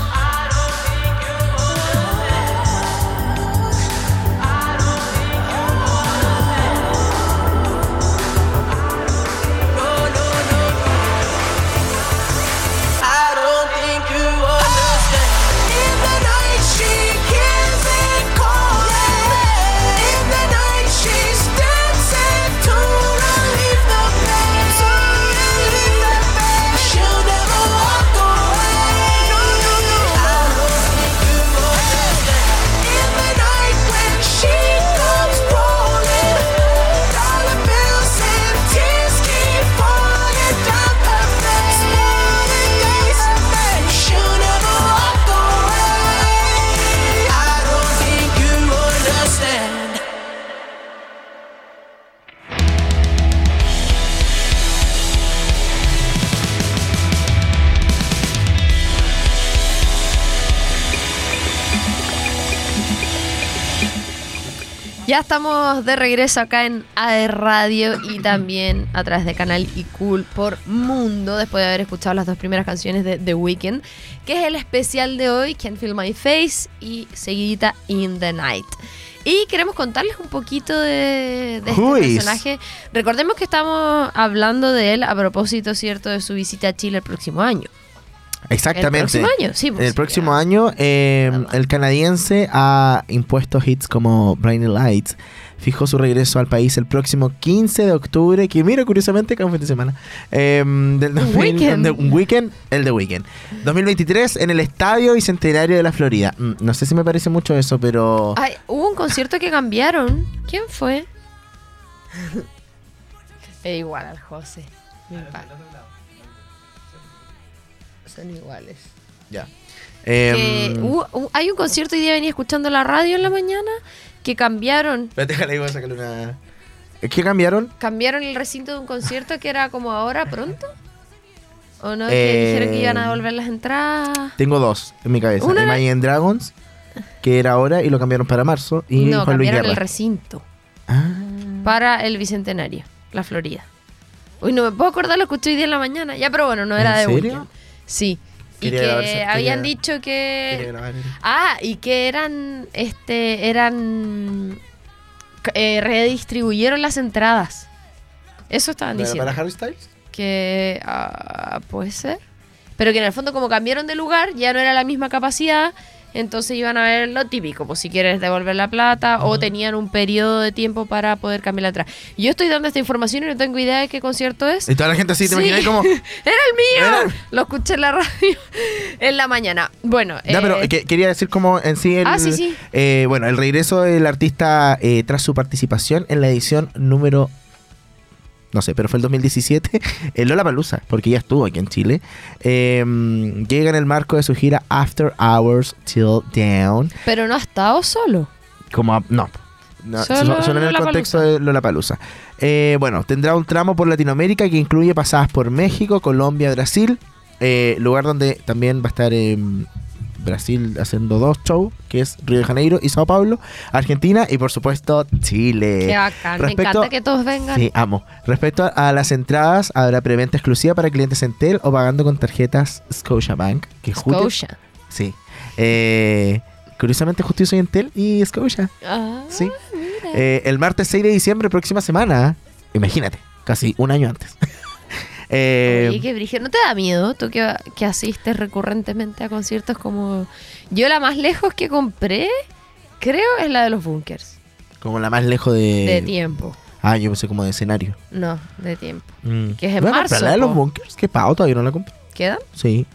Speaker 5: I don't think you understand. In the night she hears it calling. In the night she's dancing to relieve the pain. She'll never walk away. I don't think you understand. In the night when she comes rolling, dollar bills and tears keep falling down her face. She'll never walk away. I don't think you understand.
Speaker 1: Ya estamos de regreso acá en AE Radio y también a través de Canal y Cool por Mundo, después de haber escuchado las dos primeras canciones de The Weeknd, que es el especial de hoy, Can't Feel My Face y seguidita In the Night. Y queremos contarles un poquito de, de
Speaker 2: Who
Speaker 1: este
Speaker 2: is?
Speaker 1: personaje. Recordemos que estamos hablando de él a propósito, ¿cierto?, de su visita a Chile el próximo año.
Speaker 2: Exactamente.
Speaker 1: El próximo año, sí. pues,
Speaker 2: El
Speaker 1: sí,
Speaker 2: próximo
Speaker 1: ya.
Speaker 2: año, eh,
Speaker 1: Nada más.
Speaker 2: el canadiense ha impuesto hits como Blinding Lights. Fijó su regreso al país el próximo 15 de octubre, que mira curiosamente que es un fin de semana. eh, del 2000
Speaker 1: weekend.
Speaker 2: de- un weekend, el de weekend. 2023 en el Estadio Bicentenario de la Florida. Mm, No sé si me parece mucho eso, pero...
Speaker 1: Ay, hubo un concierto que cambiaron. ¿Quién fue? E igual al José. Mi papá. Son iguales.
Speaker 2: Ya. Eh,
Speaker 1: Que uh. hubo- hu- hay un concierto hoy día venía escuchando la radio en la mañana que cambiaron.
Speaker 2: Espérate, déjale, voy a sacarle una. ¿Qué cambiaron?
Speaker 1: Cambiaron el recinto de un concierto que era como ahora pronto. ¿O no?
Speaker 2: Eh,
Speaker 1: Que dijeron que iban a devolver las entradas.
Speaker 2: Tengo dos en mi cabeza.
Speaker 1: Una era-
Speaker 2: Imagine Dragons, que era ahora y lo cambiaron para marzo. Y
Speaker 1: No,
Speaker 2: Juan Luis
Speaker 1: cambiaron el
Speaker 2: Guerra.
Speaker 1: recinto
Speaker 2: Ah,
Speaker 1: para el Bicentenario, la Florida. Uy, no me puedo acordar, lo escuché hoy día en la mañana. Ya, pero bueno, no era
Speaker 2: ¿En
Speaker 1: de
Speaker 2: serio?
Speaker 1: Weeknd. Sí. Y
Speaker 2: Quería
Speaker 1: que
Speaker 2: grabar, quería-
Speaker 1: habían dicho
Speaker 2: quería
Speaker 1: que...
Speaker 2: grabar.
Speaker 1: Ah, y que eran, este, eran, c- eh, redistribuyeron las entradas. Eso estaban
Speaker 2: ¿Para-
Speaker 1: diciendo.
Speaker 2: ¿Para Harry Styles?
Speaker 1: Que, ah, puede ser. Pero que en el fondo como cambiaron de lugar, ya no era la misma capacidad, entonces iban a ver lo típico, pues si quieres devolver la plata o tenían un periodo de tiempo para poder cambiar la entrada. Yo estoy dando esta información y no tengo idea de qué concierto es.
Speaker 2: Y toda la gente así,
Speaker 1: Sí.
Speaker 2: ¿te imaginas como?
Speaker 1: Era el mío.
Speaker 2: Eh, Era el-
Speaker 1: Lo escuché en la radio en la mañana. Bueno,
Speaker 2: Ya,
Speaker 1: eh,
Speaker 2: pero que- quería decir como en sí el,
Speaker 1: Ah, sí, sí.
Speaker 2: eh, bueno, el regreso del artista eh, tras su participación en la edición número no sé, pero fue el 2017 en Lola Palusa, porque ya estuvo aquí en Chile. eh, llega en el marco de su gira After Hours Till Down,
Speaker 1: pero no ha estado solo.
Speaker 2: como a- no. No,
Speaker 1: Solo
Speaker 2: solo, solo en el
Speaker 1: Lollapalooza.
Speaker 2: contexto de Lollapalooza. Eh, bueno, tendrá un tramo por Latinoamérica que incluye pasadas por México, Colombia, Brasil. eh, lugar donde también va a estar em, Brasil haciendo dos shows, que es Río de Janeiro y Sao Paulo, Argentina y por supuesto Chile.
Speaker 1: Qué bacán. Me
Speaker 2: Eh, respecto-
Speaker 1: encanta que todos vengan.
Speaker 2: Sí, amo. Respecto a- a las entradas, habrá preventa exclusiva para clientes Entel o pagando con tarjetas Scotiabank. Que justo-
Speaker 1: Scotia.
Speaker 2: Sí. Eh, curiosamente, justo yo soy Entel y Scotia.
Speaker 1: Ah,
Speaker 2: Sí. Eh, el martes 6 de diciembre, próxima semana. Imagínate, casi un año antes. Eh,
Speaker 1: oye, qué brígido. ¿No te da miedo tú que, que asistes recurrentemente a conciertos como... Yo la más lejos que compré, creo, es la de los bunkers.
Speaker 2: como la más lejos de.
Speaker 1: De tiempo.
Speaker 2: Ah, yo pensé como de escenario.
Speaker 1: No, de tiempo.
Speaker 2: Mm.
Speaker 1: Que es en
Speaker 2: Bueno, pero
Speaker 1: marzo,
Speaker 2: la de los
Speaker 1: po.
Speaker 2: bunkers, que pavo, todavía no la compré.
Speaker 1: ¿Quedan?
Speaker 2: Sí.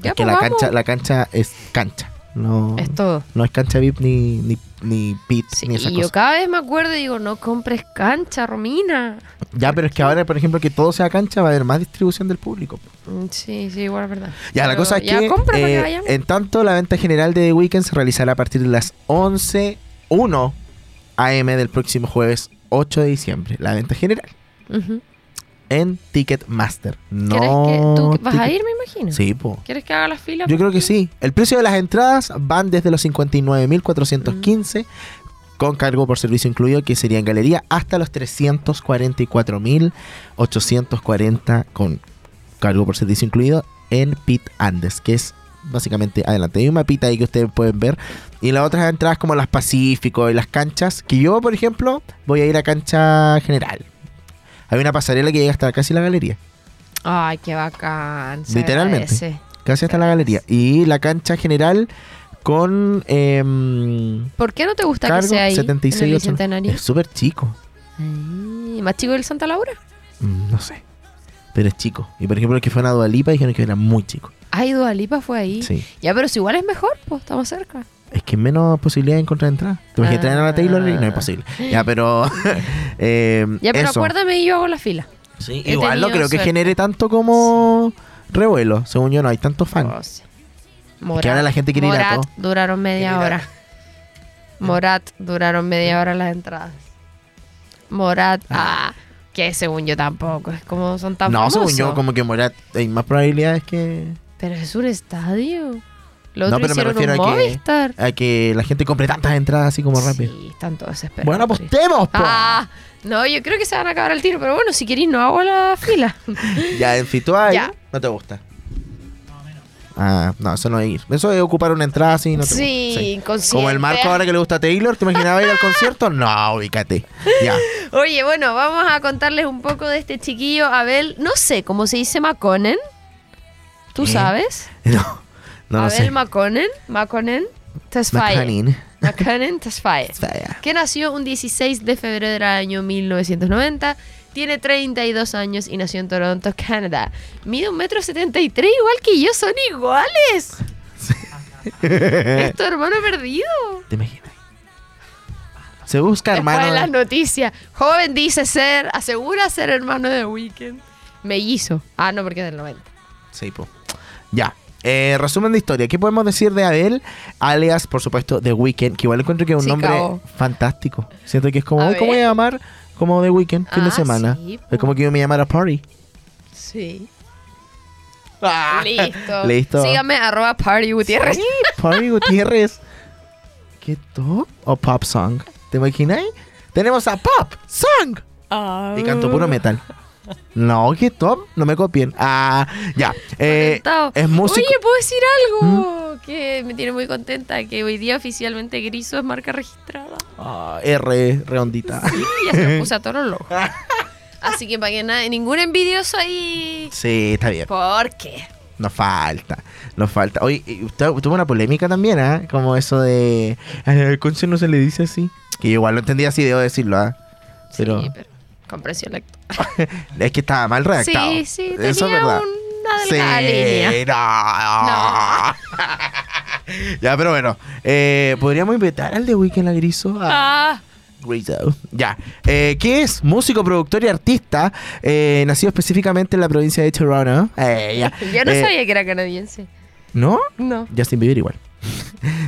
Speaker 1: Ya,
Speaker 2: es que
Speaker 1: pues,
Speaker 2: la
Speaker 1: vamos.
Speaker 2: cancha, la cancha es cancha. No.
Speaker 1: Es todo.
Speaker 2: No es cancha VIP ni, ni, ni pit
Speaker 1: Sí,
Speaker 2: ni esas
Speaker 1: y yo
Speaker 2: cosas.
Speaker 1: cada vez me acuerdo y digo, no compres cancha, Romina.
Speaker 2: Ya, pero es que ahora, por ejemplo, que todo sea cancha, va a haber más distribución del público.
Speaker 1: Mm, Sí, sí, igual es verdad.
Speaker 2: Ya, la
Speaker 1: Pero
Speaker 2: cosa es
Speaker 1: ya
Speaker 2: que,
Speaker 1: compra para que
Speaker 2: eh,
Speaker 1: vayamos.
Speaker 2: en tanto, la venta general de The Weeknd se realizará a partir de las 11.1 am del próximo jueves 8 de diciembre. La venta general
Speaker 1: Ujú.
Speaker 2: en Ticketmaster. No
Speaker 1: ¿Quieres que tú vas a
Speaker 2: Ticket-
Speaker 1: ir, me imagino?
Speaker 2: Sí, po.
Speaker 1: ¿Quieres que haga las filas?
Speaker 2: Yo creo que sí. El precio de las entradas van desde los 59.415 con cargo por servicio incluido, que sería en galería, hasta los 344.840 con cargo por servicio incluido en Pit Andes, que es básicamente adelante. Hay un mapita ahí que ustedes pueden ver. Y las otras entradas como las Pacífico y las canchas, que yo, por ejemplo, voy a ir a cancha general. Hay una pasarela que llega hasta casi la galería.
Speaker 1: Ay, qué bacán. se
Speaker 2: Literalmente.
Speaker 1: agradece.
Speaker 2: Casi hasta la galería. Y la cancha general con em,
Speaker 1: ¿Por qué no te gusta
Speaker 2: cargo
Speaker 1: que sea ahí? en el
Speaker 2: 76
Speaker 1: bicentenario?
Speaker 2: Es súper chico.
Speaker 1: Ay, ¿Más chico del Santa Laura?
Speaker 2: Mm, No sé. Pero es chico. Y por ejemplo, el que fue a Dualipa dijeron que era muy chico.
Speaker 1: Ay, Dualipa fue ahí.
Speaker 2: Sí.
Speaker 1: Ya, pero si igual es mejor, pues estamos cerca.
Speaker 2: Es que menos posibilidad de encontrar entrada. Tú que
Speaker 1: Ah.
Speaker 2: traen a la Taylor y no es posible. Ya, pero. em,
Speaker 1: Ya, pero
Speaker 2: eso.
Speaker 1: acuérdame y yo hago la fila.
Speaker 2: Sí,
Speaker 1: he
Speaker 2: igual no
Speaker 1: tenido
Speaker 2: creo que
Speaker 1: suerte.
Speaker 2: genere tanto como revuelo. Según yo, no hay tantos fans.
Speaker 1: Oh, sí. Morat,
Speaker 2: que ahora la gente quiere ir a
Speaker 1: Morat
Speaker 2: todo.
Speaker 1: duraron media
Speaker 2: Quiere ir a-
Speaker 1: hora. Morat duraron media hora las entradas. Morat, ah, que según yo tampoco. Es como son tan
Speaker 2: no, según
Speaker 1: famosos.
Speaker 2: yo, como que Morat hay más probabilidades que.
Speaker 1: Pero es un estadio. Lo
Speaker 2: No,
Speaker 1: otro
Speaker 2: pero me
Speaker 1: hicieron
Speaker 2: refiero
Speaker 1: un
Speaker 2: a que-
Speaker 1: Movistar.
Speaker 2: a que la gente compre tantas entradas así como rápido.
Speaker 1: Sí, están todos desesperados.
Speaker 2: Bueno, pues,
Speaker 1: por ir.
Speaker 2: apostemos, po.
Speaker 1: Ah, no, yo creo que se van a acabar el tiro, pero bueno, si queréis no hago la fila.
Speaker 2: Ya, en Fituay
Speaker 1: Ya.
Speaker 2: no te gusta. Ah, no, eso no es ir. Eso es ocupar una entrada así, no te
Speaker 1: sí,
Speaker 2: gusta.
Speaker 1: inconsciente.
Speaker 2: Como el Marco ahora que le gusta a Taylor, ¿te imaginabas ir al concierto? No, ubícate. Ya.
Speaker 1: Oye, bueno, vamos a contarles un poco de este chiquillo, Abel, no sé cómo se dice Maconen. ¿Tú
Speaker 2: ¿Qué?
Speaker 1: sabes?
Speaker 2: No, Eh, no lo
Speaker 1: Abel
Speaker 2: sé.
Speaker 1: Maconen, Maconen Tesfaye.
Speaker 2: McHanin.
Speaker 1: Maconen Tesfaye.
Speaker 2: Vaya.
Speaker 1: que nació un 16 de febrero del año 1990. Tiene 32 años y nació en Toronto, Canadá. Mide un metro 73, igual que yo, son iguales. es tu hermano perdido.
Speaker 2: ¿Te imaginas? Se busca
Speaker 1: Después
Speaker 2: hermano.
Speaker 1: en las
Speaker 2: de-
Speaker 1: noticias, joven dice ser, asegura ser hermano de Weekend. Mellizo. Ah, no, porque es del 90.
Speaker 2: Sí, po. Ya. Eh, resumen de historia. ¿Qué podemos decir de Adele? Alias, por supuesto, The Weeknd, que igual encuentro que es un
Speaker 1: Sí,
Speaker 2: nombre
Speaker 1: cabo.
Speaker 2: fantástico. Siento que es como,
Speaker 1: A
Speaker 2: "Ay, ¿cómo voy
Speaker 1: ver.
Speaker 2: a llamar? Como The Weeknd, fin de
Speaker 1: Ah,
Speaker 2: semana.
Speaker 1: sí, po.
Speaker 2: es como que yo me llamara Party.
Speaker 1: Sí.
Speaker 2: Ah,
Speaker 1: Listo.
Speaker 2: Listo.
Speaker 1: Sígame, arroba Party Gutiérrez.
Speaker 2: Sí, Party Gutiérrez. ¿Qué top? O Pop Song. ¿Te imagináis? Tenemos a Pop Song. Y canto
Speaker 1: Ah.
Speaker 2: puro metal. No, qué top. No me copien. Ah, ya. Eh,
Speaker 1: Contentado.
Speaker 2: es músico. ¿Mm?
Speaker 1: Oye, ¿puedo decir algo? Que me tiene muy contenta, que hoy día oficialmente Griso es marca registrada.
Speaker 2: Ah, R, redondita.
Speaker 1: Y ya se lo puse a todos los locos. Así que para que nadie, ningún envidioso ahí.
Speaker 2: Sí, está bien.
Speaker 1: ¿Por qué?
Speaker 2: Nos falta, nos falta. Oye, y usted tuvo una polémica también, ¿ah? Como eso de. Al conce no se le dice así. Que yo igual lo entendía así, debo decirlo, ¿ah? Pero
Speaker 1: Sí, pero comprensión lectora.
Speaker 2: es que estaba mal redactado.
Speaker 1: Sí, sí, tenía
Speaker 2: Eso es verdad.
Speaker 1: una
Speaker 2: Sí,
Speaker 1: delgada línea.
Speaker 2: no. ya, pero bueno. eh, ¿Podríamos invitar al de Weekend a Griso? Ah,
Speaker 1: Ah,
Speaker 2: Griso. Ya. Eh, ¿Qué es? Músico, productor y artista. eh, nacido específicamente en la provincia de Toronto. Eh, ya.
Speaker 1: yo no
Speaker 2: Eh,
Speaker 1: sabía que era canadiense.
Speaker 2: ¿No?
Speaker 1: No.
Speaker 2: Justin Bieber igual.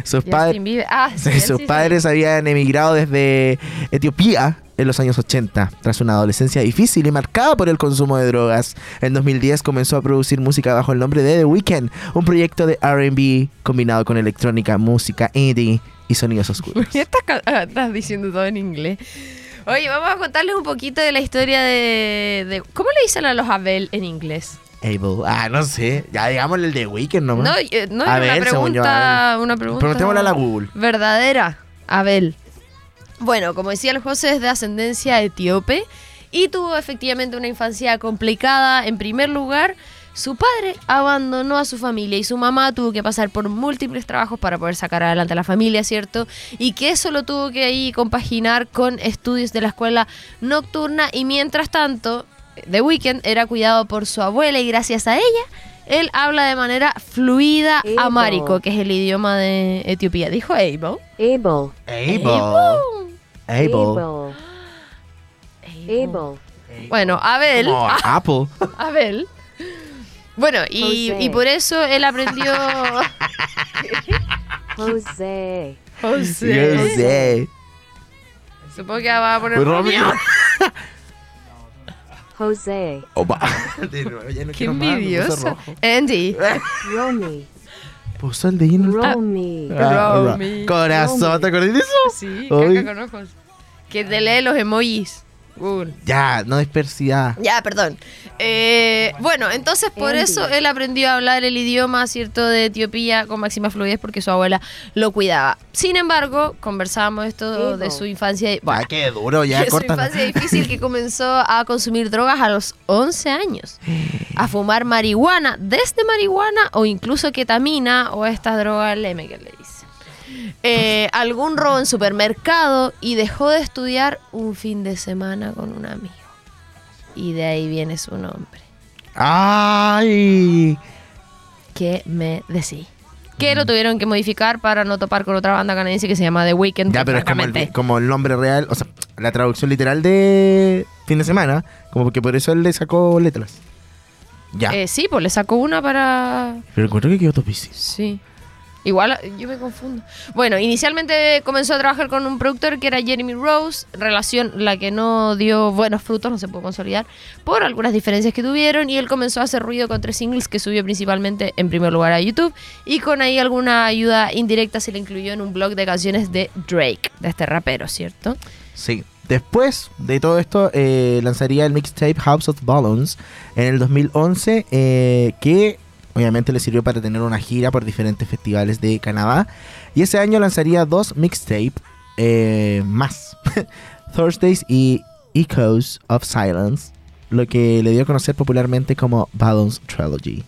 Speaker 2: Sus, padres
Speaker 1: Justin Bieber. Ah, sí,
Speaker 2: sus
Speaker 1: sí,
Speaker 2: padres habían emigrado desde Etiopía en los años 80, tras una adolescencia difícil y marcada por el consumo de drogas. En 2010 comenzó a producir música bajo el nombre de The Weeknd, un proyecto de RB combinado con electrónica, música indie y sonidos oscuros.
Speaker 1: Ya estás, ca- ah, estás diciendo todo en inglés. Oye, vamos a contarles un poquito de la historia de, de- ¿Cómo le dicen a los Abel en inglés?
Speaker 2: Able. Ah, no sé. Ya digámosle el The Weeknd
Speaker 1: No,
Speaker 2: nomás.
Speaker 1: eh, no era
Speaker 2: Abel,
Speaker 1: una
Speaker 2: según yo,
Speaker 1: pregunta,
Speaker 2: Abel.
Speaker 1: una pregunta.
Speaker 2: Preguntémosle a la Google.
Speaker 1: Verdadera, Abel. Bueno, como decía el José, es de ascendencia etíope y tuvo efectivamente una infancia complicada. En primer lugar, su padre abandonó a su familia y su mamá tuvo que pasar por múltiples trabajos para poder sacar adelante a la familia, ¿cierto? Y que eso lo tuvo que ahí compaginar con estudios de la escuela nocturna y mientras tanto, The Weeknd era cuidado por su abuela y gracias a ella, él habla de manera fluida
Speaker 4: Ebo.
Speaker 1: amárico, que es el idioma de Etiopía. Dijo Abel.
Speaker 4: Able.
Speaker 2: Ah. Able. Able.
Speaker 4: Able. Able.
Speaker 1: Bueno, Abel. Ah.
Speaker 2: Como Oh, Apple.
Speaker 1: Abel. Bueno, y,
Speaker 4: José.
Speaker 1: y por eso él aprendió.
Speaker 4: Jose.
Speaker 1: José.
Speaker 2: Yo sé. Pues,
Speaker 1: Supongo que va a poner.
Speaker 2: Romy.
Speaker 4: Jose.
Speaker 2: Opa. De nuevo, ya no
Speaker 1: Qué
Speaker 2: quiero más, me puso
Speaker 1: envidioso.
Speaker 2: rojo.
Speaker 1: Andy.
Speaker 4: Romy.
Speaker 2: Puso el de lleno.
Speaker 4: Romy.
Speaker 2: Ah,
Speaker 1: Romy.
Speaker 2: ra- Corazón, ¿te acordás de eso?
Speaker 1: Sí,
Speaker 2: Ay.
Speaker 1: caca con ojos. Que te lee los emojis. Google.
Speaker 2: Ya, no dispersidad.
Speaker 1: Ya, perdón. Eh, bueno, entonces por
Speaker 4: Andy.
Speaker 1: eso él aprendió a hablar el idioma, ¿cierto?, de Etiopía con máxima fluidez porque su abuela lo cuidaba. Sin embargo, conversábamos esto
Speaker 4: Ew.
Speaker 1: de su infancia. y-
Speaker 2: Va,
Speaker 1: Bueno,
Speaker 2: qué duro, ya,
Speaker 1: que su
Speaker 2: corta.
Speaker 1: infancia difícil que comenzó a consumir drogas a los 11 años, a fumar marihuana, desde marihuana o incluso ketamina o esta droga LM que le dice. Eh, algún robo en supermercado y dejó de estudiar un fin de semana con un amigo. Y de ahí viene su nombre.
Speaker 2: Ay.
Speaker 1: ¿Qué me decís? Que
Speaker 2: Mm.
Speaker 1: lo tuvieron que modificar para no topar con otra banda canadiense que se llama The Weeknd.
Speaker 2: Ya,
Speaker 1: que
Speaker 2: pero es como el,
Speaker 1: francamente-
Speaker 2: como el nombre real, o sea, la traducción literal de fin de semana, como que por eso él le sacó letras. Ya.
Speaker 1: Eh, sí, pues le sacó una para
Speaker 2: Pero encuentro que quedó topísimo.
Speaker 1: Sí. Igual eh, yo me confundo. Bueno, inicialmente comenzó a trabajar con un productor que era Jeremy Rose, relación la que no dio buenos frutos, no se pudo consolidar, por algunas diferencias que tuvieron y él comenzó a hacer ruido con tres singles que subió principalmente en primer lugar a YouTube y con ahí alguna ayuda indirecta se le incluyó en un blog de canciones de Drake, de este rapero, ¿cierto?
Speaker 2: Sí. Después de todo esto, eh, lanzaría el mixtape House of Balloons en el 2011, eh, que obviamente le sirvió para tener una gira por diferentes festivales de Canadá. Y ese año lanzaría dos mixtape eh, más, Thursdays y Echoes of Silence, lo que le dio a conocer popularmente como Balloons Trilogy.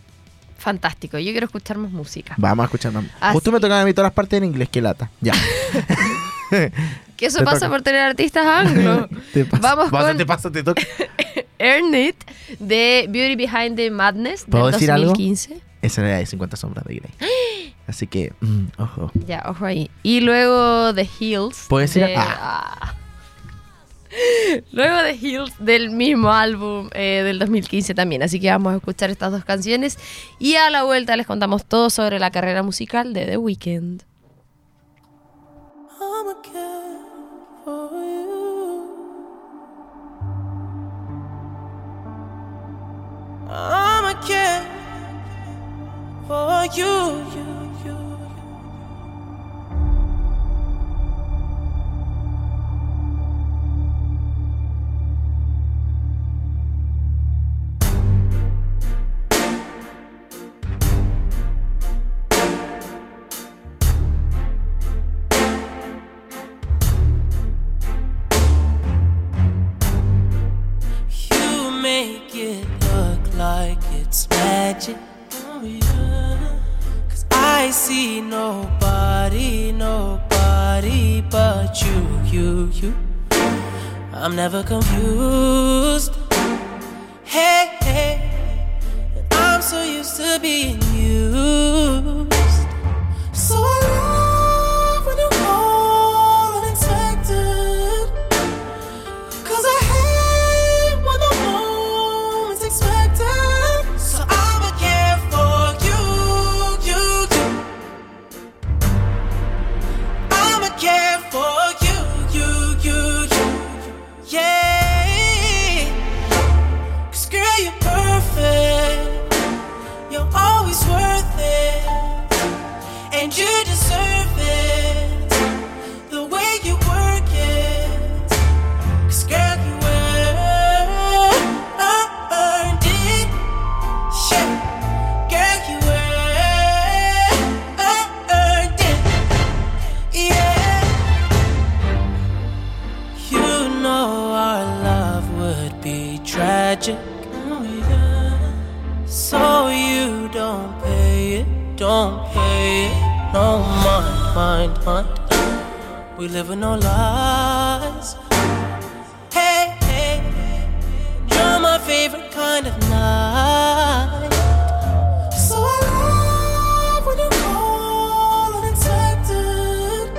Speaker 1: Fantástico, yo quiero escuchar más música.
Speaker 2: Vamos a escuchar más.
Speaker 1: Así.
Speaker 2: Justo me tocan a mí todas las partes en inglés, que lata. Ya.
Speaker 1: Que eso
Speaker 2: Te
Speaker 1: pasa
Speaker 2: toca.
Speaker 1: por tener artistas anglo.
Speaker 2: Te pasa,
Speaker 1: Vamos
Speaker 2: pasa,
Speaker 1: con-
Speaker 2: te pasa, te toca.
Speaker 1: Earn It de Beauty Behind the Madness del
Speaker 2: ¿Puedo decir algo?
Speaker 1: 2015.
Speaker 2: Esa era de 50 sombras de Grey. Así que, mm, ojo.
Speaker 1: Ya, ojo ahí. Y luego The Hills.
Speaker 2: ¿Puedes ir
Speaker 1: de-
Speaker 2: a-
Speaker 1: ah. Luego de Hills del mismo álbum eh, del 2015 también, así que vamos a escuchar estas dos canciones y a la vuelta les contamos todo sobre la carrera musical de The Weeknd.
Speaker 5: I'm a cat for you. I'm a cat for you. you, you, you. You make it look like it's magic. Oh, yeah. Cause I see nobody, nobody but you, you, you. I'm never confused. Hey, hey, and I'm so used to being used. So I love when you call unexpected. Cause I hate when the moment's expected. So I'm a care for you, you, you. I'm a care for you, you, you, you. Yeah. Cause girl, you're perfect. You're always worth it. And you deserve it. The way you work it. Cause girl, you earned it. Shit. Girl, you earned it. Yeah. You know our love would be tragic. Oh, So you don't pay it, don't pay it. No mind, mind, mind. We live in no lies. Hey, hey, you're my favorite kind of night. So I love when you call unexpected.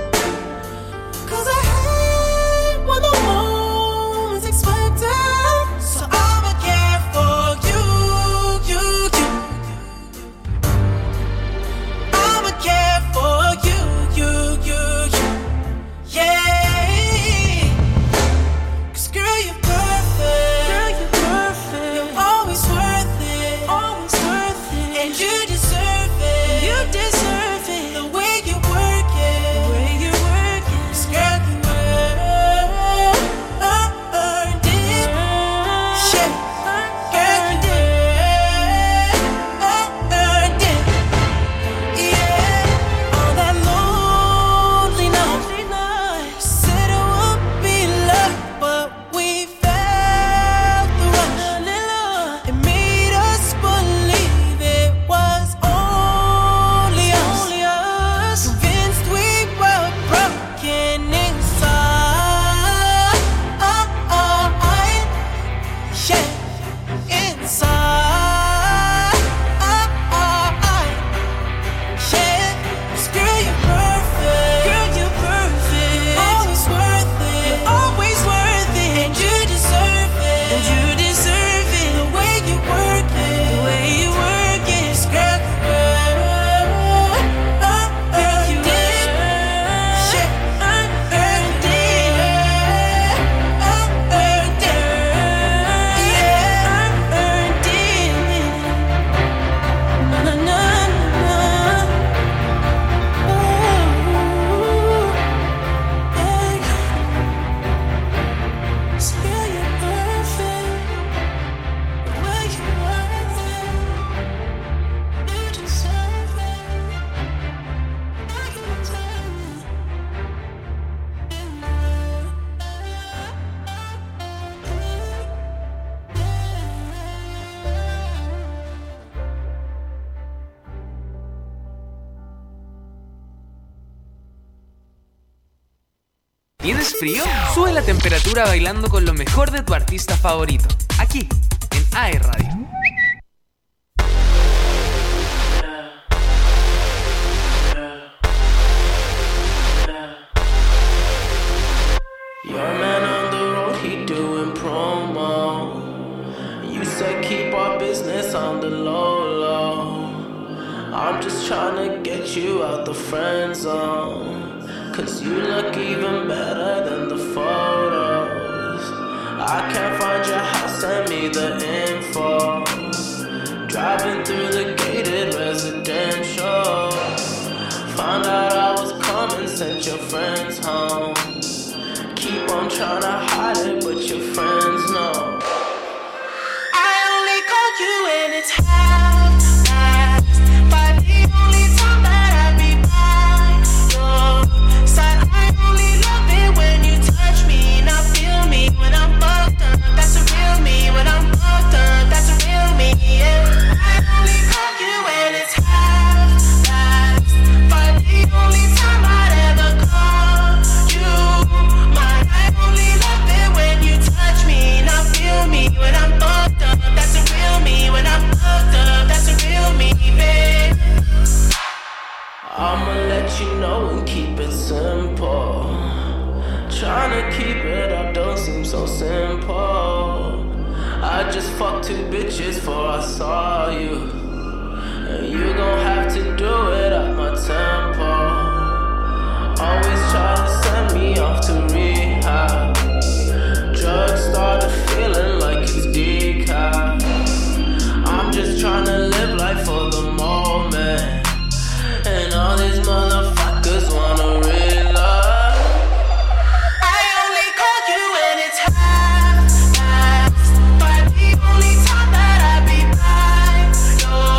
Speaker 5: Cause I hate when the moment's expected. So I'ma care for you, you, you. I'ma care for you, you, you, you. Yeah. Cause girl, you're perfect. Girl, you're perfect. You're always worth it. Always worth it. And you deserve it. You deserve it. The way you work it. The way you work it. Cause girl, you earned it. Shit. Girl, you earned it. Yeah. All that lonely night. Said it would be love, but we felt the rush. It made us believe it was only us. Convinced we were broken inside. Yeah, inside. Yeah, girl, you're perfect. Girl, you're perfect. Always worth it. You're always worth it. And you deserve it. And you deserve it. The way you work it. The way you work it. Just girl, girl, uh, you did. Shit, Uh, earned it. Uh, Earned it. Yeah, Uh, earned it. Na na na na.
Speaker 6: ¿Tienes frío? Sube la temperatura bailando con lo mejor de tu artista favorito. Aquí, en AE Radio.
Speaker 5: Your man on the road, he to keep our business on the low low. I'm just tryna get you out the friend zone. Cause you look even better than the photos. I can't find your house, send me the info. Driving through the gated residential. Found out I was coming, sent your friends home. Keep on tryna hide it, but your friends know. I only call you when it's half past. By the only time that I be by your side, I only love it when you touch me. Now feel me when I'm fucked up. That's the real me. When I'm fucked up, that's the real me. Yeah. I only call you when it's half past. By the only time I'd ever call you mine. I only love it when you touch me. Now feel me when I'm fucked up. That's the real me. When I'm fucked up, that's the real me, babe. I'ma let you know and keep it simple. Tryna keep it up don't seem so simple. I just fucked two bitches before I saw you. And you gon' have to do it at my tempo. Always try to send me off to rehab. Drugs started feeling like it's decaf. I'm just tryna live life for the moment. And all these motherfuckers wanna real love. I only call you when it's half past. By the only time that I be by your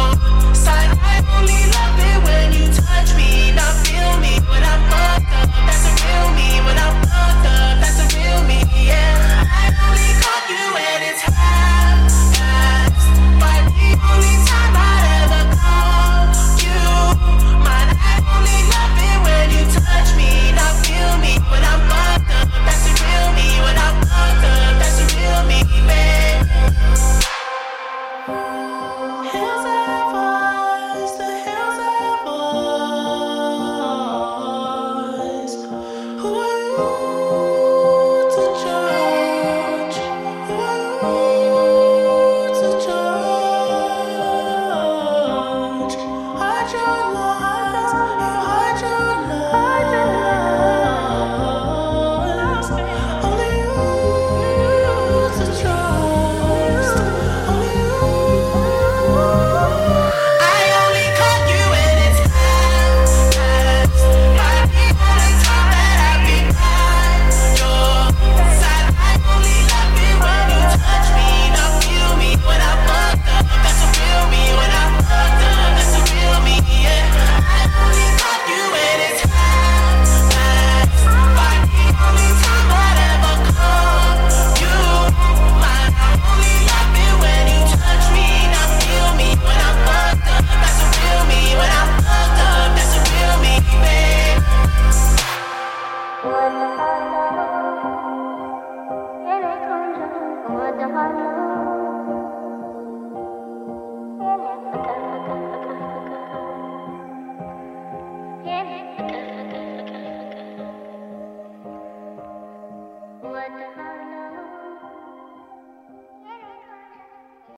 Speaker 5: side, I only love it when you touch me. Now feel me when I'm fucked up. That's the real me. When I'm fucked up, that's the real me. Yeah. I only call you when it's half past. By the only time I'd ever call you mine. I only love it when you touch me. Now feel me when I'm fucked up. That's the real me. When I'm fucked up, that's the real me, babe. Hills have eyes, the hills have eyes. Who are you to judge? Who are you to judge? Hide your lies, hide your lies. Only you to trust. Only you. I only call you when it's half past. By the only time that I be by your side, I only love it when you touch me. Now feel me when I'm fucked up. That's the real me. When I'm fucked up, that's the real me. Yeah. I only call you when it's half past. By the only time that I ever call you mine, I only love it when you touch me. Now feel me when I'm fucked up. That's the real me. When I'm fucked up, that's the real me, babe.
Speaker 7: What the